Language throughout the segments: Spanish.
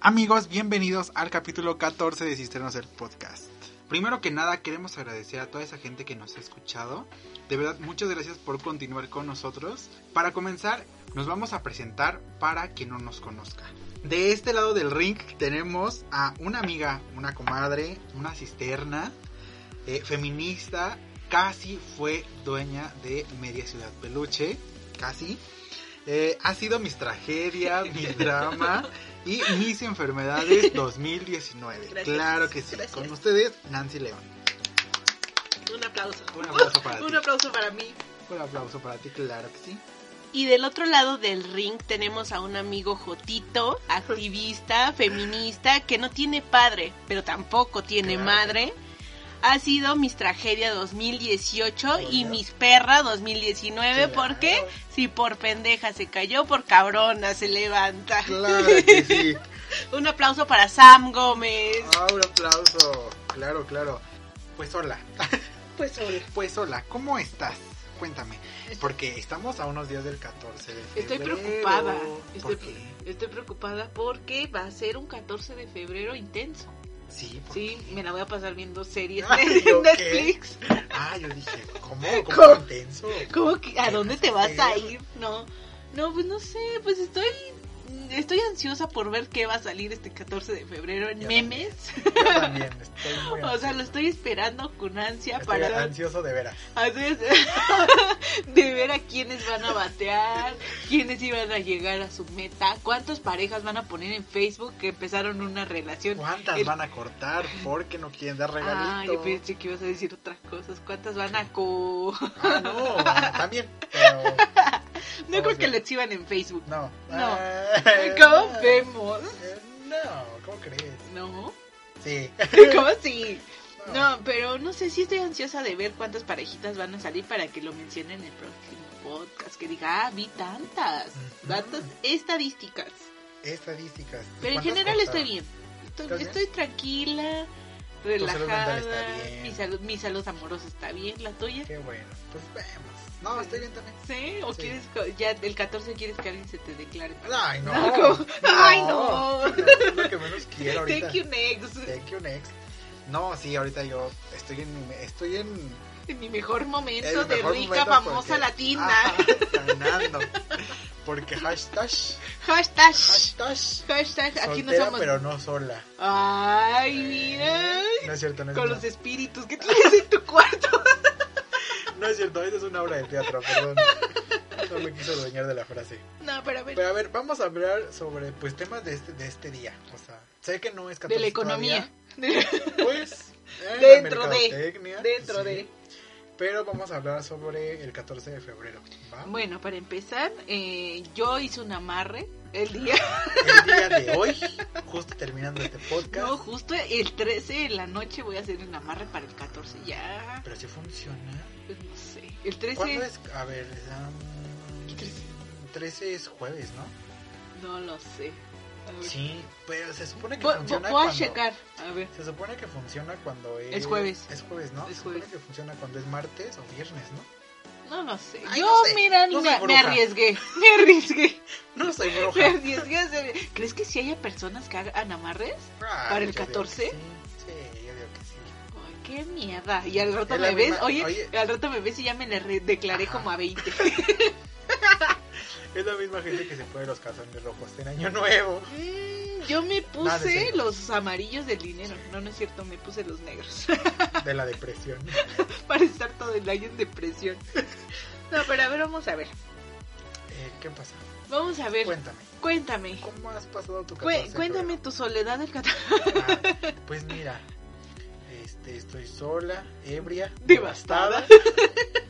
Amigos, bienvenidos al capítulo 14 de Cisternos el Podcast. Primero que nada, queremos agradecer a toda esa gente que nos ha escuchado. De verdad, muchas gracias por continuar con nosotros. Para comenzar, nos vamos a presentar para quien no nos conozca. De este lado del ring tenemos a una amiga, una comadre, una cisterna, eh, feminista, casi fue dueña de Media Ciudad Peluche, casi. Eh, ha sido mis tragedias, mi drama y mis enfermedades 2019. Gracias, claro que sí. gracias. Con ustedes, Nancy León. Un aplauso. Un aplauso para ti. Un aplauso para mí. Un aplauso para ti, claro que sí. Y del otro lado del ring tenemos a un amigo Jotito, activista, feminista, que no tiene padre, pero tampoco tiene Claro. madre. Ha sido mis tragedia 2018 y Claro. mis perra 2019, Oh, Claro. porque si por pendeja se cayó, por cabrona se levanta. Claro que sí. Un aplauso para Sam Gómez. Ah, un aplauso. Claro, claro. Pues hola. Pues hola. Pues hola, ¿cómo estás? Cuéntame. Porque estamos a unos días del 14 de Estoy febrero. preocupada. ¿Por Estoy, qué? estoy preocupada porque va a ser un 14 de febrero intenso. Sí, ¿por Sí, me la voy a pasar viendo series Ay, en ¿yo qué? Netflix. qué? Ah, yo dije, ¿cómo? ¿Cómo, ¿Cómo? intenso? ¿Cómo que a ¿Qué dónde te vas pasaste? a ir? No. No, pues no sé, pues estoy estoy ansiosa por ver qué va a salir este 14 de febrero en Ya memes. Yo también, estoy muy O sea, ansioso. lo estoy esperando con ansia Estoy para ansioso de veras. hacer- de ver a quiénes van a batear, quiénes iban a llegar a su meta, cuántas parejas van a poner en Facebook que empezaron una relación. ¿Cuántas El- van a cortar? Porque no quieren dar Ah, yo regalitos. pensé que ibas a decir otras cosas. ¿Cuántas van a co... Ah, no, también. Pero No creo que Obvio. lo exhiban en Facebook. no. No. Ah, ¿Cómo vemos? Eh, No, ¿cómo crees? No. Sí. ¿Cómo sí? No. No, pero no sé si estoy ansiosa de ver cuántas parejitas van a salir para que lo mencionen en el próximo podcast. Que diga, ah, vi tantas, Ujú. tantas estadísticas. Estadísticas. Pero en ¿Cuántas general cosas? estoy bien. Estoy, ¿Estás bien? estoy tranquila, salud relajada. mental está bien. Mi, salud, mi salud amorosa está bien, la tuya. Qué bueno. Pues vemos. No, estoy bien también. ¿Sí? ¿O Sí. quieres, co- ya el 14 quieres que alguien se te declare? Ay, no. No, ¿cómo? Ay, no. Es lo que menos quiero ahorita. Thank you next. Thank you, next. No, sí, ahorita yo estoy en. Estoy en. En mi mejor momento el de mejor rica, momento famosa, porque- latina. Ajá, ganando. Porque hashtag. Hashtag. Hashtag. Hashtag, aquí no soltera, somos. pero no sola. Ay, mira. No es cierto, no es, Con una- los espíritus que tienes en tu cuarto. no es cierto, esa es una obra de teatro, perdón. No me quiso dueñar de la frase. No, pero a ver. Pero a ver, vamos a hablar sobre pues temas de este, de este día. O sea, sé que no es 14 de la economía. todavía, pues. eh, Dentro de, mercadotecnia, Dentro sí. de. Pero vamos a hablar sobre el 14 de febrero. ¿va? Bueno, para empezar, eh, yo hice un amarre el día. El día de hoy, justo terminando este podcast. No, justo el 13 de la noche voy a hacer un amarre para el 14. Ya. Pero si funciona. Pues no sé. El 13. ¿Cuándo es? A ver, um, ¿Qué trece? 13 es jueves, ¿no? No lo sé. A ver. Sí, pero se supone que Voy- voy funciona voy a cuando- checar. A ver. Se supone que funciona cuando es... Es jueves. Es jueves, ¿no? Es se supone jueves. que funciona cuando es martes o viernes, ¿no? No lo sé. Ay, Yo, no sé, mira, no soy me, me bruja. arriesgué. Me arriesgué. No soy Me bruja. arriesgué. a hacer- ¿Crees que si haya personas que hagan amarres? Ah, ¿Para el yo digo que 14? Sí, sí, yo digo que sí. Ay, qué mierda. Y al rato Es la me ves. misma- Oye, oye. al rato me ves y ya me le re- declaré Ajá. como a 20. Es la misma gente que se pone los calzones rojos en Año Nuevo. Mm, yo me Nada de puse serio. los amarillos del dinero. No, no es cierto, me puse los negros. De la depresión. Para estar todo el año en depresión. No, pero a ver, vamos a ver. Eh, ¿Qué pasa? Vamos a ver. Cuéntame. Cuéntame. ¿Cómo has pasado tu Cué- 14 de Cuéntame febrero? tu soledad del 14. Ah, pues mira, este, Estoy sola, ebria, Devastada.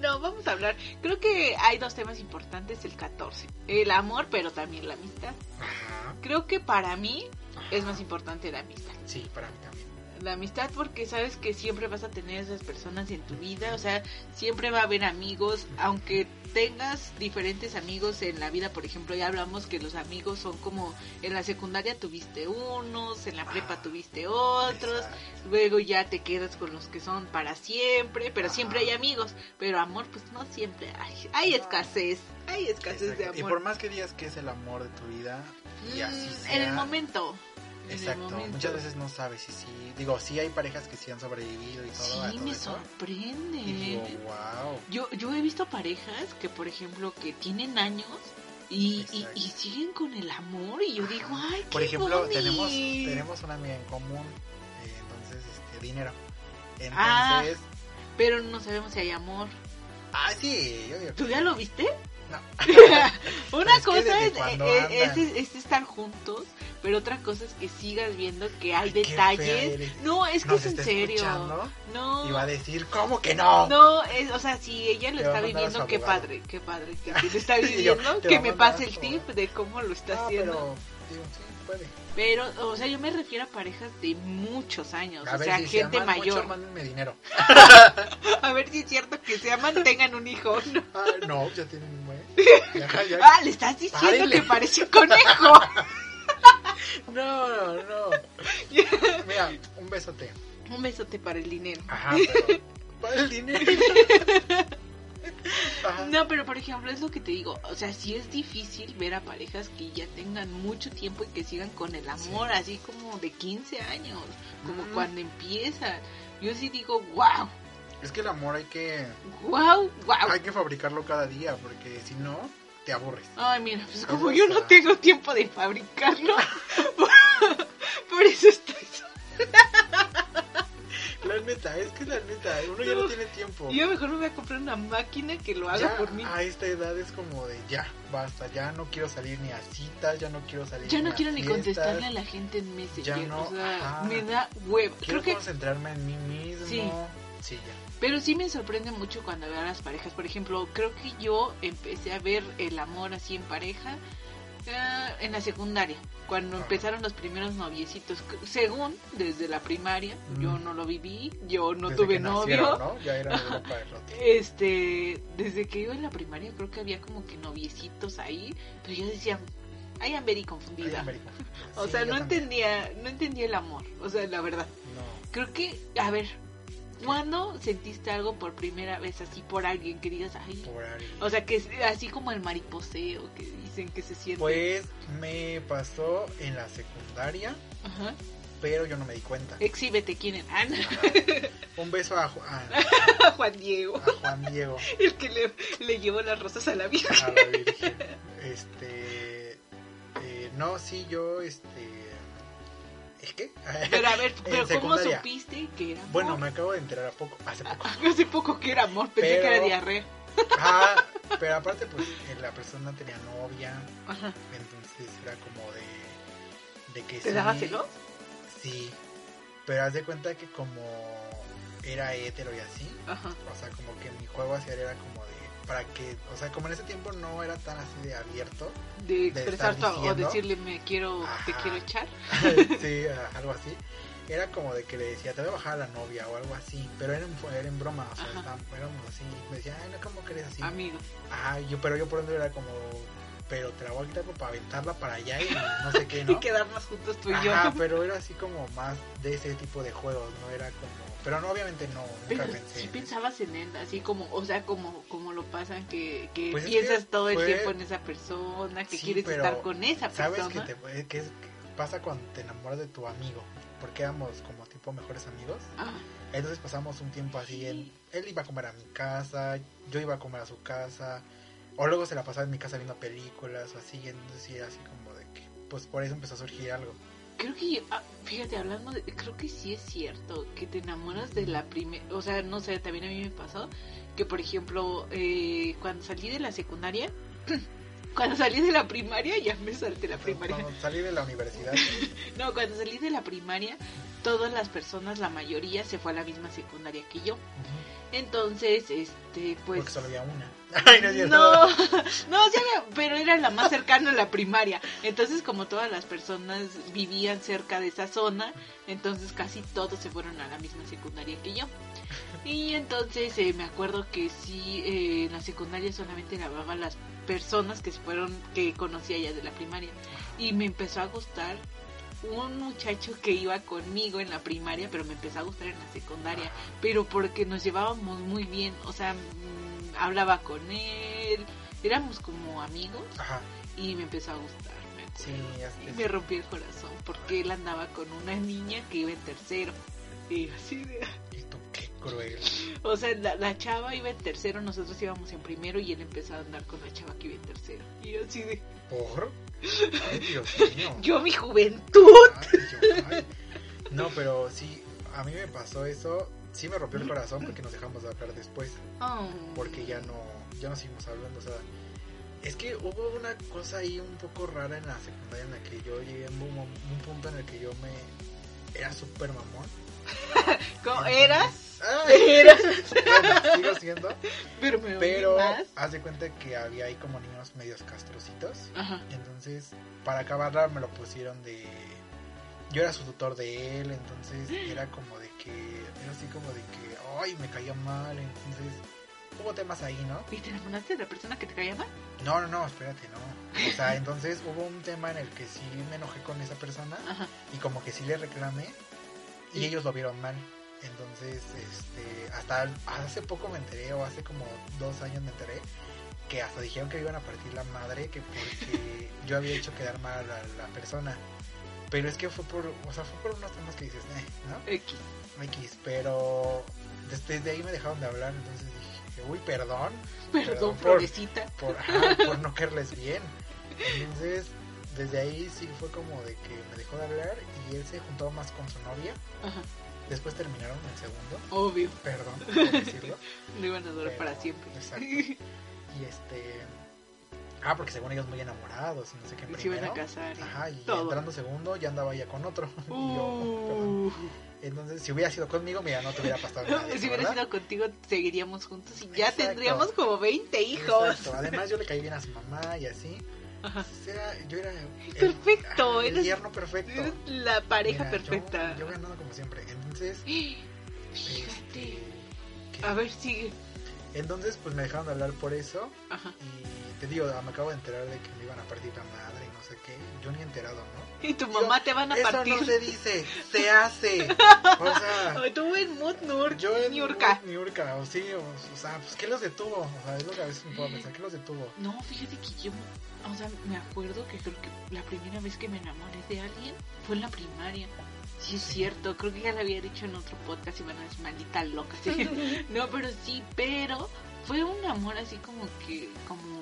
No, vamos a hablar. Creo que hay dos temas importantes el 14. El amor, pero también la amistad. Ajá, Creo que para mí ajá. es más importante la amistad. Sí, para mí también. La amistad porque sabes que siempre vas a tener esas personas en tu vida, o sea, siempre va a haber amigos, aunque tengas diferentes amigos en la vida, por ejemplo, ya hablamos que los amigos son como en la secundaria tuviste unos, en la prepa tuviste otros, Exacto. luego ya te quedas con los que son para siempre, pero siempre Ajá. hay amigos, pero amor pues no siempre hay, hay escasez, hay escasez de Exacto. amor. Y por más que digas que es el amor de tu vida, y así Mm, sea. en el momento. en el Exacto, momento. muchas veces no sabes si sí. Digo, sí hay parejas que sí han sobrevivido y todo. a Sí, todo me eso. sorprende. Y digo, wow. Yo, yo he visto parejas que, por ejemplo, que tienen años y, y- Exacto. y siguen con el amor y yo digo, ay, qué Por ejemplo, boni". tenemos, tenemos una amiga en común, eh, entonces, este, dinero. Entonces, Ah. ah, Pero no sabemos si hay amor. sí, yo digo, ¿Tú ya lo viste? No. una Es que cosa desde es, cuando eh, andan. es, es estar juntos, pero otra cosa es que sigas viendo que hay Ay, qué fea detalles. eres. No, es que Nos es en está serio. escuchando No. Y va a decir, ¿cómo que no? No, es, o sea, si ella lo Le va está a mandar a su viviendo, qué abogado. padre, qué padre que sí lo está Y yo, viviendo, te que va a me mandar a pase el su tip abogado. de cómo lo está Ah, haciendo. pero, digo, sí, puede. Pero, o sea, yo me refiero a parejas de muchos años, A o ver, sea, si se gente aman mayor. Mucho, mándenme dinero. a ver si es cierto que se aman, tengan un hijo. ¿no? Ah, no, ya tienen un buen. Ya, ya. Ah, le estás diciendo Párenle. que parece un conejo. No, no. Mira, un besote. un besote para el dinero. Ajá, pero. Para el dinero. Ajá. No, pero por ejemplo, es lo que te digo. O sea, sí es difícil ver a parejas que ya tengan mucho tiempo y que sigan con el amor, así como de 15 años, como Mm. cuando empiezan. Yo sí digo, wow, Es que el amor hay que, wow, wow. hay que fabricarlo cada día, porque si no, te aburres. Ay, mira, pues como Vamos yo no a- tengo tiempo de fabricarlo, por, por eso estoy. sola. La neta, es que es la neta, uno ya no tiene tiempo. Yo mejor me voy a comprar una máquina que lo haga Ya ah, por mí. a esta edad es como de ya, basta, ya no quiero salir ni a citas, ya no quiero salir Ya no a quiero ni fiestas, contestarle a la gente en Messenger. ya no, o sea, ajá. me da hueva. Quiero Creo que, concentrarme en mí mismo. Sí. Sí, ya. pero sí me sorprende mucho cuando veo a las parejas. Por ejemplo, creo que yo empecé a ver el amor así en pareja eh, en la secundaria, cuando Ah. empezaron los primeros noviecitos. C- Según desde la primaria, Mm. yo no lo viví, yo no Desde tuve que novio. nacieron, ¿no? Ya era Europa del Norte. Este, desde que iba en la primaria creo que había como que noviecitos ahí, pero yo decía, ay, am very Ay, confundida. América. o Sí, sea, yo no también. entendía, no entendía el amor, o sea, la verdad. No. Creo que, a ver, ¿cuándo sentiste algo por primera vez así por alguien que digas, ay? por ahí. O sea, que es así como el mariposeo que dicen que se siente. Pues me pasó en la secundaria, Ajá. pero yo no me di cuenta. Eh. Exhíbete quién es. Ah, no, Un beso a, Ju- a- Juan Diego, a Juan Diego, el que le, le llevó las rosas a la vida. a la Virgen. Este. eh, no, sí, yo, este. ¿Es que? Pero a ver, pero ¿cómo secundaria. supiste que era amor? Bueno, me acabo de enterar a poco, hace poco. Hace poco que era amor, pensé que era Pero- diarrea. Ah, pero aparte, pues eh, la persona tenía novia, Ajá. entonces era como de. de que ¿Te sí, daba celos? Sí, pero haz de cuenta que como era hétero y así, Ajá. o sea, como que mi juego hacia él era como de, para que, o sea, como en ese tiempo no era tan así de abierto, De estar expresar tu- o diciendo. decirle me quiero, te Ajá. quiero echar. sí, a- algo así, era como de que le decía, te voy a bajar a la novia o algo así, pero era en, fue- era en broma, o sea, Ajá. estábamos- éramos así, me decía, ay, no, ¿cómo crees así? Amigo. Ajá, y yo, pero yo por dentro era como, pero te la voy a quitar para aventarla para allá y no sé qué, ¿no? Y quedarnos juntos tú y Ajá, yo. pero era así como más de ese tipo de juegos, no era como... Pero no, obviamente no, nunca Pero pensé. sí pensabas en él, así como, o sea, como, como lo pasan, que, que Pues es piensas que todo el fue- tiempo en esa persona, que Sí, quieres pero estar con esa ¿Sabes persona. que, te, que es, que pasa cuando te enamoras de tu amigo? Porque éramos como tipo mejores amigos. Ah, Entonces pasamos un tiempo así en... Él iba a comer a mi casa, yo iba a comer a su casa. O luego se la pasaba en mi casa viendo películas o así. Entonces sí, era así como de que... Pues por eso empezó a surgir algo. creo que, yo- ah, fíjate, hablando, de- creo que sí es cierto, que te enamoras de la primera, o sea, no sé, también a mí me pasó, que por ejemplo, eh, cuando salí de la secundaria, Cuando salí de la primaria, ya me salté la primaria. Cuando salí de la universidad. No, cuando salí de la primaria, todas las personas, la mayoría, se fue a la misma secundaria que yo. Entonces, este, pues... Porque solo había una. Ay, no, es cierto. No, no, sí había- pero era la más cercana a la primaria. Entonces, como todas las personas vivían cerca de esa zona, entonces casi todos se fueron a la misma secundaria que yo. Y entonces eh, me acuerdo que sí, eh, en la secundaria solamente grababa las personas que se fueron, que conocía ya de la primaria. Y me empezó a gustar un muchacho que iba conmigo en la primaria, pero me empezó a gustar en la secundaria pero porque nos llevábamos muy bien, o sea, mm, hablaba con él, éramos como amigos Ajá, y me empezó a gustar. me acuerdo. sí, Y este, me rompió el corazón porque él andaba con una niña que iba en tercero. Y así de- Y tú, qué cruel. O sea, la, la chava iba en tercero, nosotros íbamos en primero y él empezó a andar con la chava que iba en tercero. Y yo así de... ¿Por? Ay, Dios mío. Yo mi juventud. Ay, yo, ay. No, pero sí, a mí me pasó eso. Sí me rompió el corazón porque nos dejamos de hablar después. Porque ya no, ya no seguimos hablando. O sea, es que hubo una cosa ahí un poco rara en la secundaria en la que yo llegué a un, mo- un punto en el que yo me... Era súper mamón. ¿Cómo eras? Ay, Eras. bueno, sigo siendo. Pero me volví Pero más. haz de cuenta que había ahí como niños medios castrocitos. Ajá. Entonces, para acabarla me lo pusieron de... Yo era su tutor de él, entonces era como de que... Era así como de que... Ay, me caía mal, entonces... Hubo temas ahí, ¿no? ¿Y te enamoraste de la persona que te caía mal? No, no, no, espérate, no. O sea, entonces hubo un tema en el que sí me enojé con esa persona Ajá. y como que sí le reclamé y Sí. ellos lo vieron mal. Entonces, este, hasta hace poco me enteré, o hace como dos años me enteré, que hasta dijeron que me iban a partir la madre, que porque yo había hecho quedar mal a la persona. Pero es que fue por, o sea, fue por unos temas que dices, eh, ¿no? X. X, pero desde, desde ahí me dejaron de hablar, entonces dije, uy, perdón, Perdón Perdón, por- florecita. por, ajá, por no caerles bien. Entonces, desde ahí sí fue como de que me dejó de hablar y él se juntó más con su novia. Ajá. Después terminaron el segundo, Obvio, perdón por decirlo. lo iban a durar Pero, para siempre. exacto. Y Y este. Ah, porque según ellos muy enamorados y no sé qué se iban primero. a casar. y Ajá, y todo. entrando segundo ya andaba ya con otro. Y yo, perdón. Uh, Entonces, si hubiera sido conmigo, mira, no te hubiera pasado nada. de eso, si hubiera ¿verdad? sido contigo, seguiríamos juntos y ya Exacto. tendríamos como 20 hijos. Exacto. Además, yo le caí bien a su mamá y así. Ajá. O sea, yo era. el- Perfecto, ajá, El, eres- yerno perfecto. Eres la pareja Mira, yo- perfecta. Yo, ganando como siempre. Entonces, Fíjate. este, A ver, sigue. entonces pues me dejaron de hablar por eso Ajá. y te digo, me acabo de enterar de que me iban a partir la madre y no sé qué. Yo ni enterado, ¿no? Y tu mamá te van a eso partir. no se dice, se hace. O sea, Ay, Tú en mood, Nur. yo en- Niurka. Ni Urca, o sí, o, o sea, pues ¿qué los detuvo? O sea, es lo que a veces me puedo pensar, ¿qué los detuvo? No, fíjate que yo, o sea, me acuerdo que creo que la primera vez que me enamoré de alguien fue en la primaria. Sí, es Sí. cierto, creo que ya lo había dicho en otro podcast y van a decir, maldita loca. ¿sí? no, pero sí, pero fue un amor así como que, como...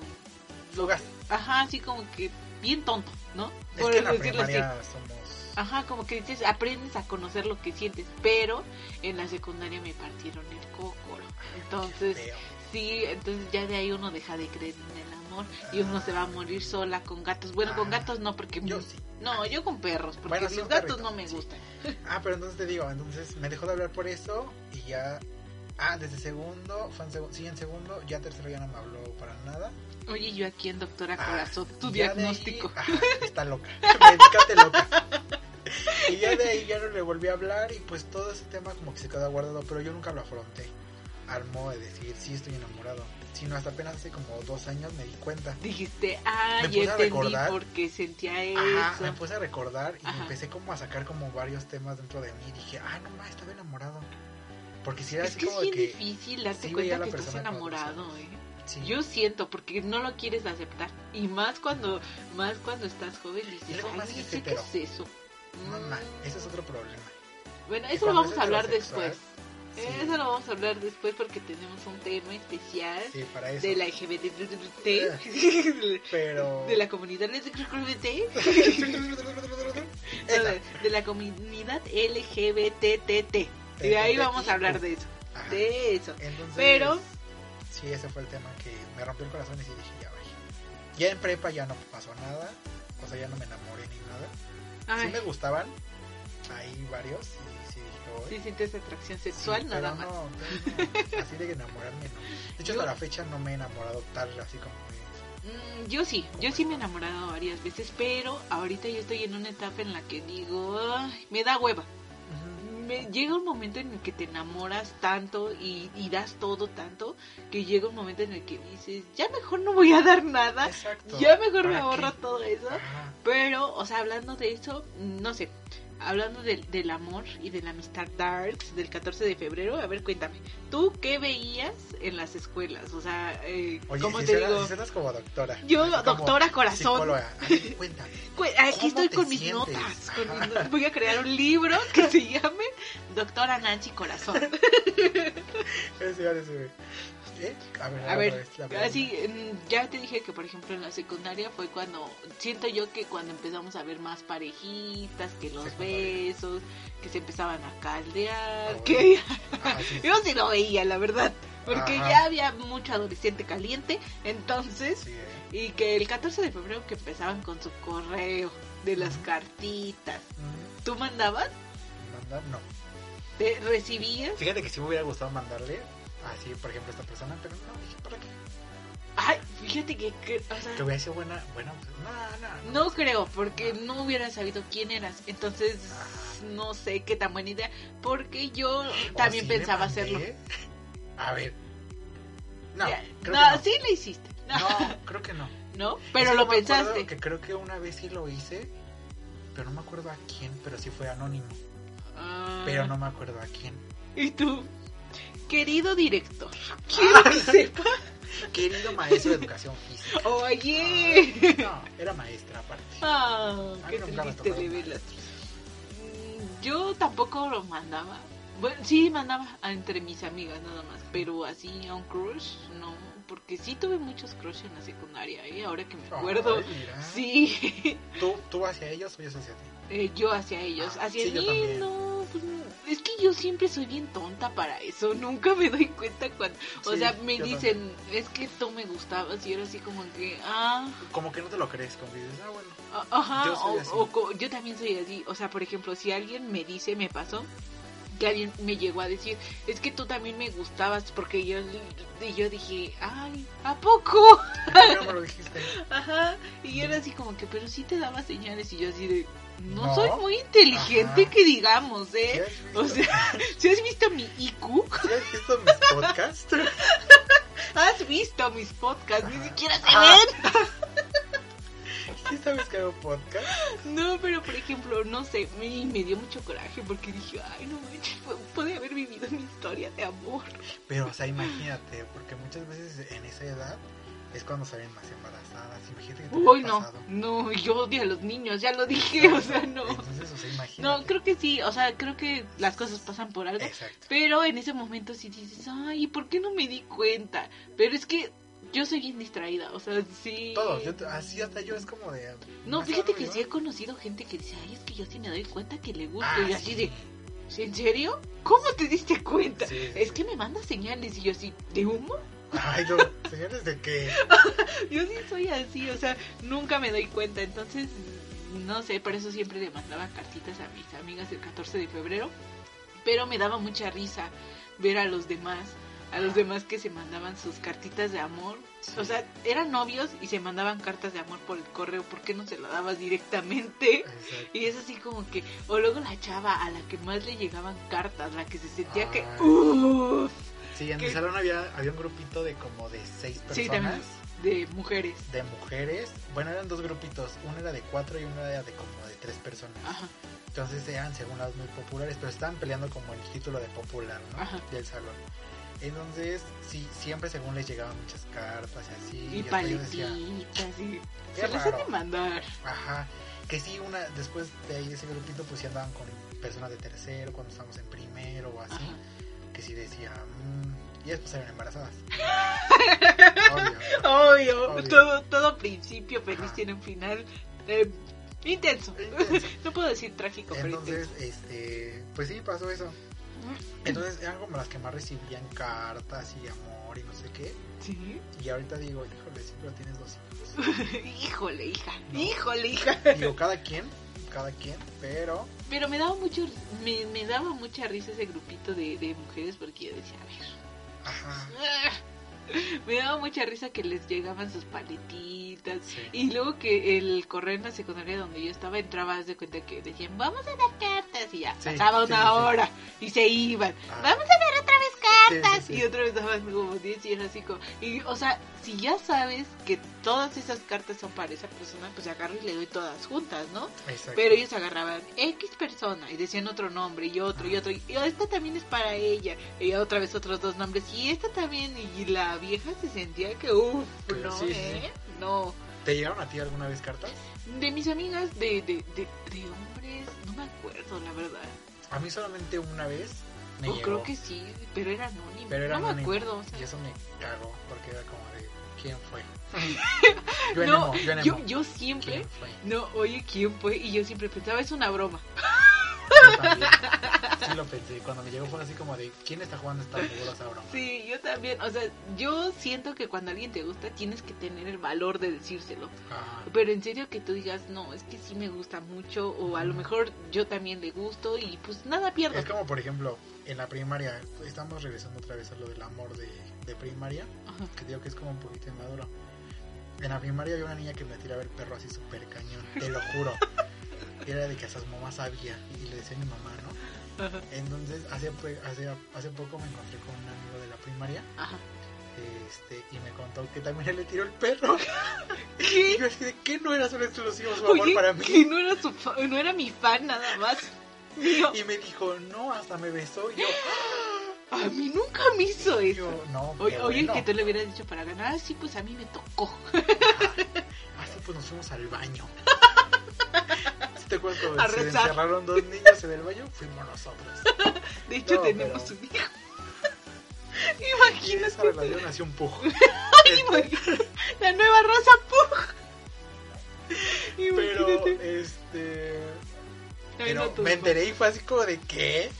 Fugaz. Ajá, así como que bien tonto, ¿no? Es que en la decirlo así. Ah, primaria somos... Ajá, como que dices, aprendes a conocer lo que sientes, pero en la secundaria me partieron el cocoro. Entonces, feo. Sí, entonces ya de ahí uno deja de creer en el amor y uno se va a morir sola con gatos. Bueno, con Ah, gatos no, porque... pues, Yo sí. No, yo con perros, porque Bueno, sí, los un gatos perrito, no me sí. gustan. Ah, pero entonces te digo, entonces me dejó de hablar por eso y ya. Ah, desde segundo, fue en segu- sí, en segundo, ya tercero ya no me habló para nada. Oye, yo aquí en Doctora Ah, Corazón, tu ya de ahí- diagnóstico. ajá, está loca. Medicate loca. Y ya de ahí ya no le volví a hablar y pues todo ese tema como que se quedó guardado, pero yo nunca lo afronté. Al modo de decir, sí, estoy enamorado. Sino hasta apenas hace como dos años me di cuenta. Dijiste, ah, Me ya puse a entendí recordar. por qué sentía Ajá, eso. me puse a recordar y Ajá. empecé como a sacar como varios temas dentro de mí. Y dije, ah, no más, estaba enamorado. Porque si era es así que es como bien de que. difícil darte sí veía a cuenta la que estás persona cuando enamorado, sales. ¿eh? sí. Yo siento, porque no lo quieres aceptar. Y más cuando más cuando estás joven y dices, luego más ay, si es ¿sí ¿qué hetero. es eso? Mamá, Mm, ese es otro problema. Bueno, Que eso lo cuando vamos es a hablar heterosexual, después. Sí, Eso lo vamos a hablar después porque tenemos un tema especial sí, eh, para eso. ¿Eh? de la LGBT, Pero. de la comunidad LGBT, no, Esa. de, de la comunidad LGBTTT. Y ahí vamos a hablar de eso, Ajá. de eso. Entonces, pero- Sí, ese fue el tema que me rompió el corazón y sí dije, ya, güey. Ya en prepa ya no pasó nada. O sea, ya no me enamoré ni nada. Sí Ay, me gustaban. Hay varios. Y sí dije, "Ay, si sientes atracción sexual, Sí, nada pero más. no, pero no, así de que enamorarme, no. De hecho, hasta la fecha no me he enamorado tal, así como. de- Mm, yo sí, yo sí me he enamorado varias veces, pero ahorita yo estoy en una etapa en la que digo, "Ay, me da hueva. Me- llega un momento en el que te enamoras tanto y, y das todo tanto, que llega un momento en el que dices, ya mejor no voy a dar nada, Exacto. ya mejor me ¿Para ahorro qué? todo eso. Ajá. Pero, o sea, hablando de eso, no sé, hablando del- del amor y de la amistad darks del 14 de febrero, a ver, cuéntame, ¿tú qué veías en las escuelas? O sea, eh, Oye, ¿cómo si te suenas- digo? si suenas como doctora. Yo, Así como doctora corazón. psicóloga. A ver, cuéntame. Cu- ah, Aquí ¿Cómo estoy te con mis sientes? notas. con mis Ajá. no- Voy a crear un libro que se llame Doctora Nancy Corazón. Eso iba a decir. ¿Eh? A ver, A ver, otra vez la pregunta. Así, mm, ya te dije que, por ejemplo, en la secundaria fue cuando, siento yo que cuando empezamos a ver más parejitas, que los Secundaria. besos, que se empezaban a caldear, Ah, que Ah, sí, yo sí lo veía, la verdad, porque Ajá. ya había mucho adolescente caliente, entonces, sí, ¿eh? y que el 14 de febrero que empezaban con su correo, de las Ujú. cartitas, Mm, ¿tú mandabas? Mandar, no. ¿Te recibías? Fíjate que sí me hubiera gustado mandarle así, por ejemplo, a esta persona, pero no, dije, ¿para qué? Ay, fíjate que, que, o sea, Que hubiera sido buena, buena, pues, no, no. No creo, porque no hubiera sabido quién eras. Entonces, no sé qué tan buena idea. Porque yo O también sí le pensaba mandé. hacerlo. ¿eh? A ver. No, Ya, creo no, que no. sí lo hiciste. No, No, creo que no. ¿no? pero Sí, me lo acuerdo pensaste. Que creo que una vez sí lo hice, pero no me acuerdo a quién, pero sí fue anónimo. Ah, Pero no me acuerdo a quién. Y tú, querido director, quiero que sepa. Querido maestro de educación física. Oye. No, era maestra aparte. Ah, A mí qué nunca me triste tocaron de verlas. Mm, Yo tampoco lo mandaba. Bueno, sí mandaba a- entre mis amigas nada más, pero así a un crush, no, porque sí tuve muchos crush en la secundaria, ¿eh? ahora que me acuerdo. Ay, mira. Sí, ¿Tú, tú hacia ellos o ellos hacia ti? eh, yo hacia ellos, Ah, hacia sí, yo mí también. no, pues, no. es que yo siempre soy bien tonta para eso, nunca me doy cuenta cuando, o Sí, sea, me yo dicen, es que tú me gustabas y era así como que, ah, Como que no te lo crees, como que dices, ah, bueno. A- Ajá, Yo soy o- así. o co- yo también soy así. O sea, por ejemplo, si alguien me dice, me pasó, que alguien me llegó a decir, es que tú también me gustabas, porque yo, y yo dije, ay, ¿a poco? ¿Por qué no me lo dijiste? Ajá, y era así como que, pero sí te daba señales, y yo así de, no, No. soy muy inteligente Ajá. que digamos, ¿Sí ¿eh? has visto, O sea, si has visto mi IQ, ¿sí has visto mis podcasts? has visto mis podcasts, ni Ajá. siquiera se Ah. ven. ¿Sí sabes que hago podcast? No, pero por ejemplo, no sé, me, me dio mucho coraje porque dije, ay, no manches, pu- pude haber vivido mi historia de amor. Pero, o sea, imagínate, porque muchas veces en esa edad es cuando salen más embarazadas. Imagínate que te Uy, hubiera no, pasado. no, yo odio a los niños, ya lo dije, o sea, no. Entonces, o sea, imagínate. No, creo que sí, o sea, creo que las cosas pasan por algo. Exacto. Pero en ese momento sí dices, ay, ¿por qué no me di cuenta? Pero es que yo soy bien distraída, o sea, sí. Todos, yo, así hasta yo es como de. ah, No, fíjate que sí sí he conocido gente que dice, ay, es que yo sí me doy cuenta que le gusta. Ah, y sí. así de, ¿en serio? ¿Cómo te diste cuenta? Sí, sí, Es sí. que me manda señales y yo así, ¿de humo? Ay, no, señores, de que. Yo sí soy así, o sea, nunca me doy cuenta. Entonces, no sé, por eso siempre le mandaba cartitas a mis amigas el 14 de febrero. Pero me daba mucha risa ver a los demás, a los demás que se mandaban sus cartitas de amor. O sea, eran novios y se mandaban cartas de amor por el correo. ¿Por qué no se lo dabas directamente? Exacto. Y es así como que, o luego la chava a la que más le llegaban cartas, la que se sentía que, Ay. uff, Sí, en mi ¿Qué? salón había, había un grupito de como de seis personas. Sí, también. de mujeres. De mujeres. Bueno, eran dos grupitos. Uno era de cuatro y uno era de como de tres personas. Ajá, Entonces eran según las muy populares, pero estaban peleando como el título de popular, ¿no? Ajá. Del salón. Entonces, sí, siempre según les llegaban muchas cartas y así. y, hasta yo decía, paletitas y... Qué Se las han de raro. mandar. Ajá. Que sí, una, después de ahí ese grupito, pues sí andaban con personas de tercero, cuando estábamos en primero o así. Ajá. Que sí decía, mm, y después eran embarazadas. Obvio. Obvio, Obvio. Todo, todo principio feliz Ajá. tiene un final eh, intenso. Intenso. no puedo decir trágico, pero Entonces, intenso. este, pues sí, pasó eso. Mm. Entonces eran como las que más recibían cartas y amor y no sé qué. Sí. Y ahorita digo, híjole, sí, pero tienes dos hijos. Híjole, hija. No. Híjole, hija. Digo, cada quien, cada quien, pero Pero me daba mucho, me, me daba mucha risa ese grupito de, de mujeres porque yo decía, a ver. ajá. ah. Me daba mucha risa que les llegaban sus paletitas. Sí. Y luego que el correo en la secundaria donde yo estaba entraba, haz de cuenta que decían, vamos a dar cartas. Y ya, Sí, pasaba sí, una sí. hora y se iban. Ah. Vamos a dar otra vez cartas. Sí, sí, sí. Y otra vez daban como 10 y era así como. Y, o sea, si ya sabes que todas esas cartas son para esa persona, pues agarro y le doy todas juntas, ¿no? Exacto. Pero ellos agarraban X persona y decían otro nombre y otro y otro. Y "Oh, esta también es para ella. Y otra vez otros dos nombres. Y esta también. Y la vieja se sentía que, uff, Pero no, sí, sí, ¿eh? No. ¿Te llegaron a ti alguna vez cartas? De mis amigas de, de, de, de hombres, no me acuerdo, la verdad. A mí solamente una vez me O llegó. Oh, creo que sí, pero era anónimo. Pero era no me anónimo. acuerdo. o sea, Y eso me cagó porque era como de, ¿quién fue? yo en emo, no, yo en yo, emo. yo siempre. ¿Quién fue? No, oye, ¿quién fue? Y yo siempre pensaba, es una broma. Yo también. Sí lo pensé. Cuando me llegó fue así como de, ¿quién está jugando esta fabulosa broma? Sí, yo también. O sea, yo siento que cuando alguien te gusta tienes que tener el valor de decírselo. Ajá. Pero en serio que tú digas, no, es que sí me gusta mucho o a lo mejor yo también le gusto y pues nada pierdo. Es como, por ejemplo, en la primaria, estamos regresando otra vez a lo del amor de, de primaria, Ajá. que digo que es como un poquito inmaduro. En la primaria había una niña que me tiraba el perro así súper cañón, te lo juro. Y Era de que hasta su mamá sabía, y le decía a mi mamá, ¿no? Ajá. Entonces, hace, po- hace, hace poco me encontré con un amigo de la primaria, Ajá. este, y me contó que también le tiró el perro. Y ¿Qué? yo así de, ¿qué no era solo exclusivo su amor Oye, para mí? que no era, su fa- no era mi fan nada más. Mío. Y me dijo, no, hasta me besó, y yo, A mí nunca me hizo y eso. yo no, Oye, qué oye, bueno". que tú le hubieras dicho para ganar, ah, sí, pues a mí me tocó. Así pues nos fuimos al baño. ¿Sí ¿Te acuerdas cuando A se rezar. encerraron dos niños en el baño? Fuimos nosotros. De hecho, No, tenemos pero- un hijo. Y en esa Imagínate, relación nació un pujo. imagínate, la nueva raza Pug. Pero, Imagínate. este. Ay, no, Pero tu me hijo. enteré y fue así como de qué.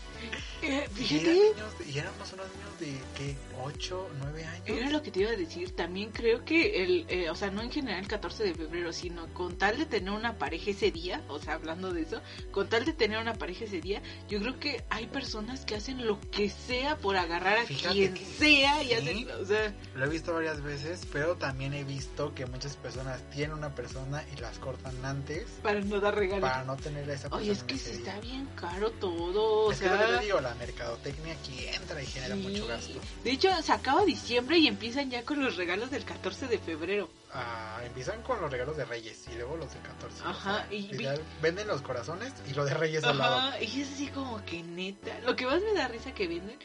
Eh, Y, eran fíjate, niños de- y éramos unos niños de qué, 8, 9 era años. lo que te iba a decir. También creo que el, eh, o sea, no en general el 14 de febrero, sino con tal de tener una pareja ese día, o sea, hablando de eso, con tal de tener una pareja ese día, yo creo que hay personas que hacen lo que sea por agarrar a Fíjate quien que sea y sí. hacen, o sea, Lo he visto varias veces, pero también he visto que muchas personas tienen una persona y las cortan antes para no dar regalos. para no tener a esa persona. Oye, es en que ese día. se está bien caro todo, o Es que es sea... lo que te digo, la mercadotecnia aquí entra y genera sí. mucho gasto. De hecho, se acaba diciembre y empiezan ya con los regalos del 14 de febrero. Ah, empiezan con los regalos de Reyes y luego los del 14. Ajá, y vi- literal, venden los corazones y lo de Reyes al lado. Ajá, y es así como que neta. Lo que más me da risa que venden,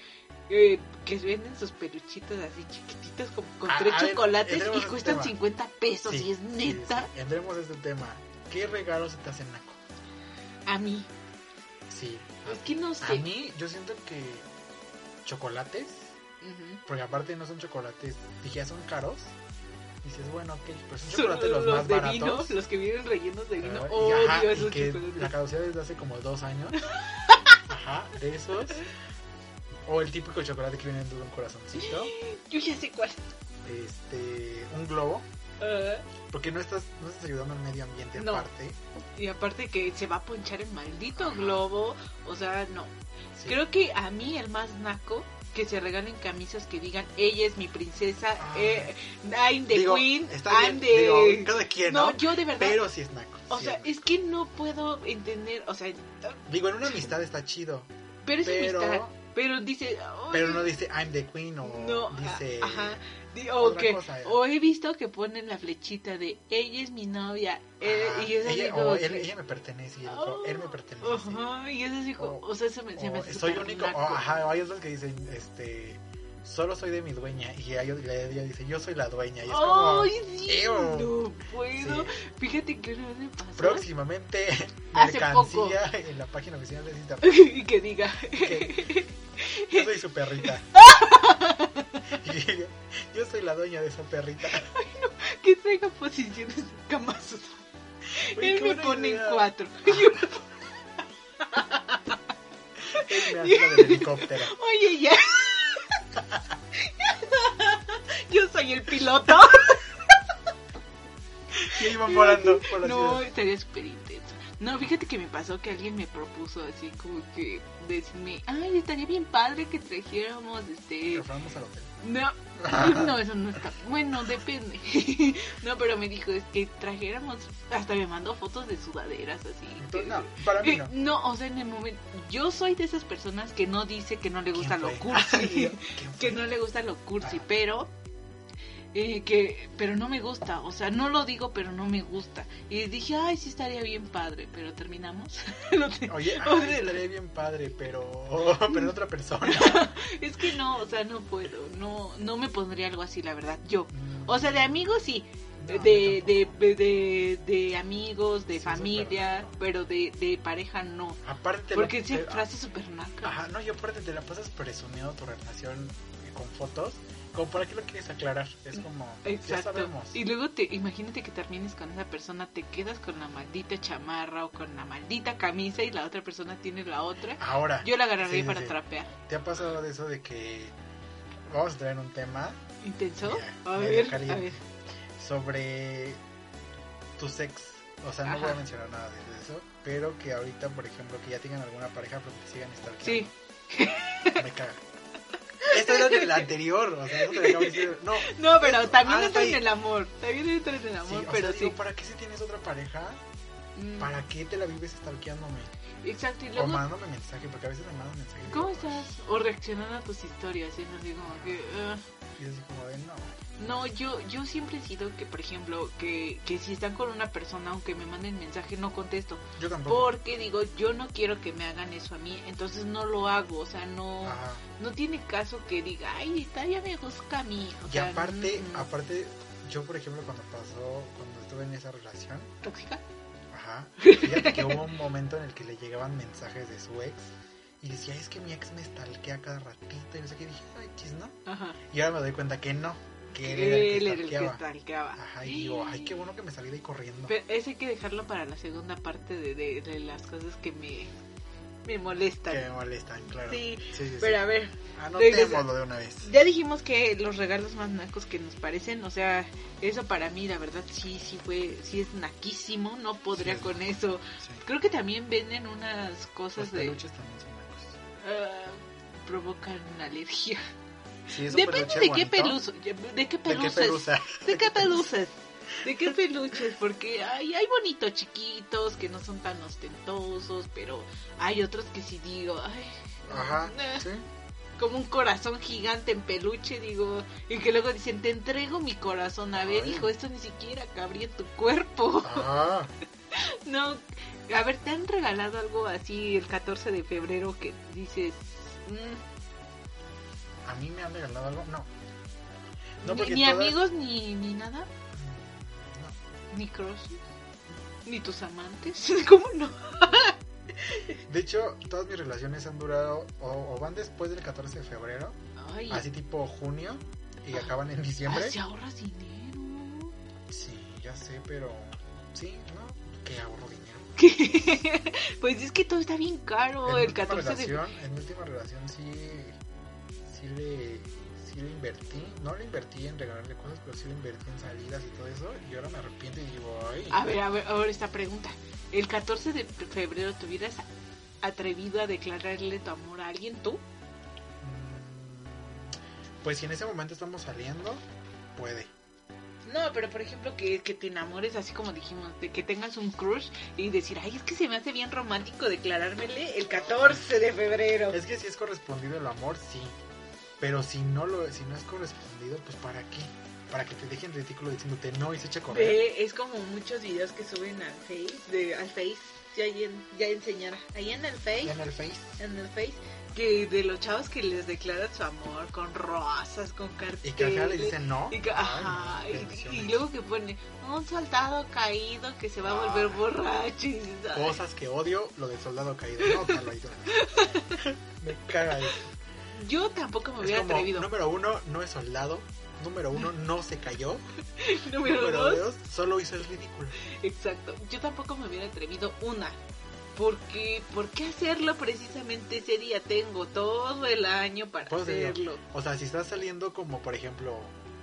eh, que venden sus peluchitos así chiquititos como con Ah, A- tres a ver, chocolates entremos y en este cuestan tema. 50 pesos Sí, y es sí, neta sí. Entremos a este tema. ¿Qué regalos se te hacen naco? a mí. Sí. Es que no A sé. mí, yo siento que chocolates, Ujú. porque aparte no son chocolates, dije, ya son caros. Dices, bueno, ok, pues son Son chocolates los, más de baratos. vino, los que vienen rellenos de vino. Ah, y Odio ajá, y esos que chocolates. la caducidad desde hace como dos años. Ajá, de esos. O el típico chocolate que viene en un corazoncito. Yo ya sé cuál. Este, un globo. Ah, Porque no estás, no estás ayudando al medio ambiente No. aparte. y aparte que se va a ponchar el maldito Ajá. globo. O sea, no. Sí. Creo que a mí el más naco que se regalen camisas que digan ella es mi princesa, Ah. eh, I'm the Digo, queen, está I'm bien, the- digo, cada quien, No, ¿no? yo de verdad. Pero sí es naco. o sí sea, es es que no puedo entender, o sea, naco. Digo, en una amistad está chido. pero es Pero- amistad, pero dice, "Ay, Pero no dice I'm the queen o no, dice. a- ajá, di- o otra que- cosa, eh. o he visto que ponen la flechita de ella es mi novia, eh, ajá, y es así ella, como o que- Oh, él, ella me pertenece y el otro, él me pertenece. Ajá, y es así como, O- o sea, se me, se me O hace soy súper único. o, naco. ajá, o hay otros que dicen, este, solo soy de mi dueña. Y hay otro- y ella dice, yo soy la dueña. Y es como, Ay, sí, ew. no sí. puedo. Fíjate que una vez me pasó. próximamente Hace poco. mercancía en la página oficial de Cita. y que diga, que Yo soy su perrita. Y yo- yo soy la dueña de esa perrita. que traiga posiciones de Kama Sutra. Oye, Él qué me buena pone en idea. cuatro. y me hace la del helicóptero. Oye, ya. Yo soy el piloto. Y iba volando por la no, ciudad. estaría súper intenso. No, fíjate que me pasó que alguien me propuso así como que decirme, ay, estaría bien padre que trajéramos este... Pero vamos al hotel. No, no, eso no está. Bueno, depende. No, pero me dijo, es que trajéramos, hasta me mandó fotos de sudaderas así. Entonces, no, para mí Eh, no. no, o sea, en el momento, yo soy de esas personas que no dice que no le gusta lo ¿Quién fue? Ah, cursi, ¿Quién fue? que no le gusta lo cursi, Ah. pero eh, que, pero no me gusta, o sea, no lo digo, pero no me gusta. Y dije, ay, sí estaría bien padre, pero terminamos. Lo te- Oye, ah, O ay, sea, estaría bien padre, pero, pero en otra persona. es que no, o sea, no puedo, no, no me pondría algo así, la verdad, yo. O sea, de amigos sí, No, de, yo de, tampoco. de, de amigos, de Sí, familia, súper. pero de, de pareja no. Aparte te la- ah, Porque esa te- frase es súper naca. Ajá, no, yo aparte te la pasas presumiendo tu relación eh, con fotos. Como para qué lo quieres aclarar. Es como. Ya Exacto. sabemos. Y luego te imagínate que termines con esa persona, te quedas con la maldita chamarra o con la maldita camisa y la otra persona tiene la otra. Ahora, Yo la agarraría Sí, sí, para sí. trapear. ¿te ha pasado de eso de que. Vamos a traer un tema ¿Intenso? Mira, A medio ver, a caliente. ver. sobre tu sex. O sea, no Ajá. voy a mencionar nada de eso. Pero que ahorita, por ejemplo, que ya tengan alguna pareja, pero que sigan stalkeando. Sí. Me caga. Esto era de la anterior. O sea, eso te lo acabo de decir. No, No, pero Eso, también hasta entra en ahí. el amor. También entra en el ah, sí, amor, o pero sea, digo, sí. ¿para qué si tienes otra pareja? Mm, ¿Para qué te la vives stalkeándome? Exacto, y O luego, mándame mensaje, porque a veces me mandan mensaje. y ¿cómo digo, estás? O reaccionando a tus historias, ¿eh? así como que... ah. Y es así como de, no. No, yo, yo siempre he sido que, por ejemplo, que, que si están con una persona, aunque me manden mensaje, no contesto. Yo tampoco. Porque digo, yo no quiero que me hagan eso a mí, entonces no lo hago, o sea, no, Ajá. no tiene caso que diga, ay, todavía me busca a mí. O Y sea, aparte, mm, mm. aparte, yo por ejemplo cuando pasó, cuando estuve en esa relación, ¿Tóxica? ajá, fíjate que hubo un momento en el que le llegaban mensajes de su ex y decía, es que mi ex me stalkea cada ratito y no sé qué, y dije, ay, chis, ¿no? Ajá. Y ahora me doy cuenta que no, que él era Él el era que el que stalkeaba. stalkeaba. Ajá, y digo, ay, qué bueno que me salí de ahí corriendo. Pero ese hay que dejarlo para la segunda parte de, de- de las cosas que me, me Que molestan. me molestan, claro. Sí, sí, sí. pero a ver, Anotémoslo de una vez. Ya dijimos que los regalos más nacos que nos parecen, o sea, eso para mí la verdad sí, sí fue, sí es naquísimo, no podría Sí, es con naco. eso. Sí. Creo que también venden unas Los cosas de... peluches también son blancos. ah, provocan alergia. Sí, es un Depende peluche de qué, bonito. peluso, de qué ¿De qué peluches. pelusa? ¿De qué peluches? ¿De qué peluches? Porque hay, hay bonitos chiquitos que no son tan ostentosos, pero hay otros que sí digo, ay, Ajá, nah. sí. como un corazón gigante en peluche, digo, y que luego dicen, te entrego mi corazón, a ver, Ay. hijo, esto ni siquiera cabría en tu cuerpo. Ajá. No, a ver, ¿te han regalado algo así el 14 de febrero que dices, mm, ¿A mí me han regalado algo? No. No, ni, porque ni todas- amigos, ni, ni nada, No. ni crushes, ni tus amantes? ¿Cómo no? De hecho, todas mis relaciones han durado o, o van después del 14 de febrero, Ay, así tipo junio, y Ah. acaban en ay, diciembre. si ahorras dinero. Sí, ya sé, pero... Sí, ¿no? Que ahorro dinero. pues es que todo está bien caro en mi el última 14 de relación, En mi última relación sí, sí, le, sí le invertí. No le invertí en regalarle cosas, pero sí le invertí en salidas y todo eso. Y ahora me arrepiento y digo, ay... A ver, a ver, ahora esta pregunta. El 14 de febrero te hubieras atrevido a declararle tu amor a alguien tú? Mm, Pues si en ese momento estamos saliendo, puede. No, pero por ejemplo que, que te enamores así como dijimos, de que tengas un crush y decir, ay, es que se me hace bien romántico declarármele el 14 de febrero. Es que si es correspondido el amor, sí. Pero si no lo, si no es correspondido, pues para qué? Para que te dejen ridículo diciéndote no y se echa a correr. Ve, es como muchos videos que suben al Face, de, al Face, ya, ahí en- ya enseñara, ahí en el Face. Ya en el Face. en el Face que de los chavos que les declaran su amor con rosas, con carteles. Y que al final les dicen no. Y que- Ay, no, ajá, y- qué y, bendiciones. luego que pone un soldado caído que se va a volver Ay. borracho. y dices, "Ah, ay, Cosas que odio, lo del soldado caído. No, Carla, ahí te va. Me caga eso. yo tampoco me Es hubiera como, atrevido. número uno, no es soldado. Número uno, no se cayó. Número Número dos, dos, solo hizo el ridículo. exacto. Yo tampoco me hubiera atrevido una. Porque, ¿por qué hacerlo precisamente ese día? Tengo todo el año para Pues, te digo, hacerlo. O sea, si estás saliendo como, por ejemplo,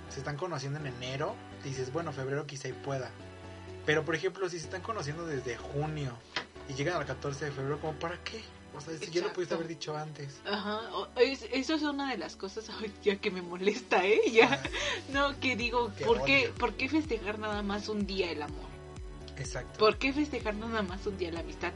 se están conociendo en enero, dices, bueno, febrero quizá y pueda. Pero, por ejemplo, si se están conociendo desde junio y llegan al 14 de febrero, como, ¿para qué? O sea, si ya lo Exacto. pudiste haber dicho antes. Ajá, o- es- eso es una de las cosas ay, ya que me molesta, ¿eh? Ah, Ya, no, que digo, Qué ¿por qué, odio. ¿por qué festejar nada más un día el amor? Exacto. ¿Por qué festejar nada más un día la amistad?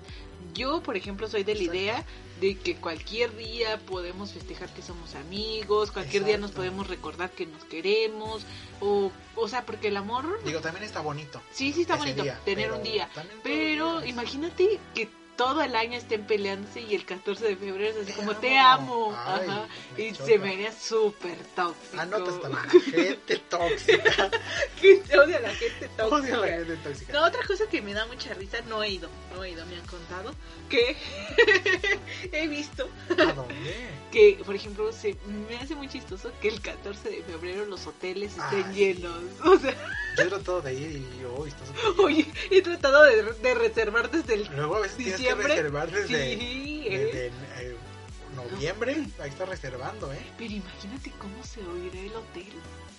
Yo, por ejemplo, soy de la Exacto. idea de que cualquier día podemos festejar que somos amigos, cualquier día nos Exacto. podemos recordar que nos queremos, o, o sea, porque el amor, Digo, también está bonito. sí, sí está ese bonito día, tener pero un día, también todo pero es- imagínate que todo el año estén peleándose y el 14 de febrero es así como te amo, Ay, ajá, me y choca. se me haría súper tóxico. Ah, no, pues está la gente tóxica. Que se odia a la gente tóxica. Odio a la gente tóxica. No, otra cosa que me da mucha risa, no he ido, no he ido, me han contado que he visto ¿A dónde? que, por ejemplo, se me hace muy chistoso que el 14 de febrero los hoteles estén Ay. llenos. O sea, Yo he tratado de ir y yo, uy, está súper oye, he tratado de, de reservar desde el... Luego a veces tienes que Diciembre, reservar desde, Sí, ¿eh? desde eh, noviembre. Ahí está reservando, ¿eh? Pero imagínate cómo se oirá el hotel.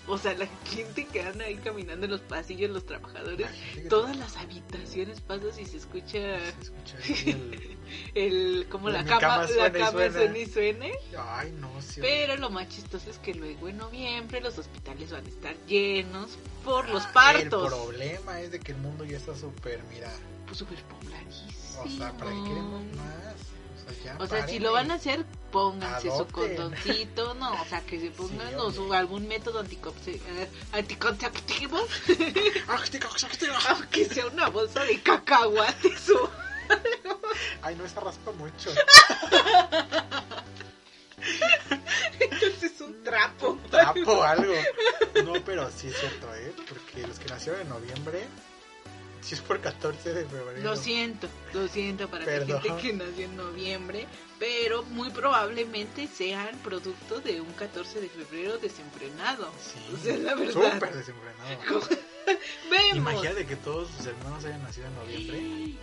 O sea, la gente que anda ahí caminando en los pasillos, los La trabajadores, gente que todas las habitaciones pasas y se escucha se escucha ahí el- el como la Mi cama, cama la suena y cama suena. suena y suene. Ay, no, sí. Pero lo más chistoso es que luego en noviembre los hospitales van a estar llenos por los Ah, El partos. problema es de que el mundo ya está súper, mira. Pues súper pobladísimo. O sea, ¿para qué queremos más? O sea, ya O sea, si párenle. lo van a hacer, pónganse su Adopten. condoncito, no, o sea, que se pongan Sí, o su- oye. algún método anticonce- eh, anticonceptivo, ¡Ah, que te- que te- aunque sea una bolsa de cacahuates o... Ay, no, esa raspa mucho. Entonces un trapo. Tapo o algo. No, pero sí es cierto, ¿eh? Porque los que nacieron en noviembre, si es por 14 de febrero. Lo siento, lo siento para la Perdón. gente que nació en noviembre, pero muy probablemente sean producto de un 14 de febrero desenfrenado. Sí, O sea, la verdad. súper desenfrenado. Vemos. Imagínate que todos sus hermanos hayan nacido en noviembre. Imagínate,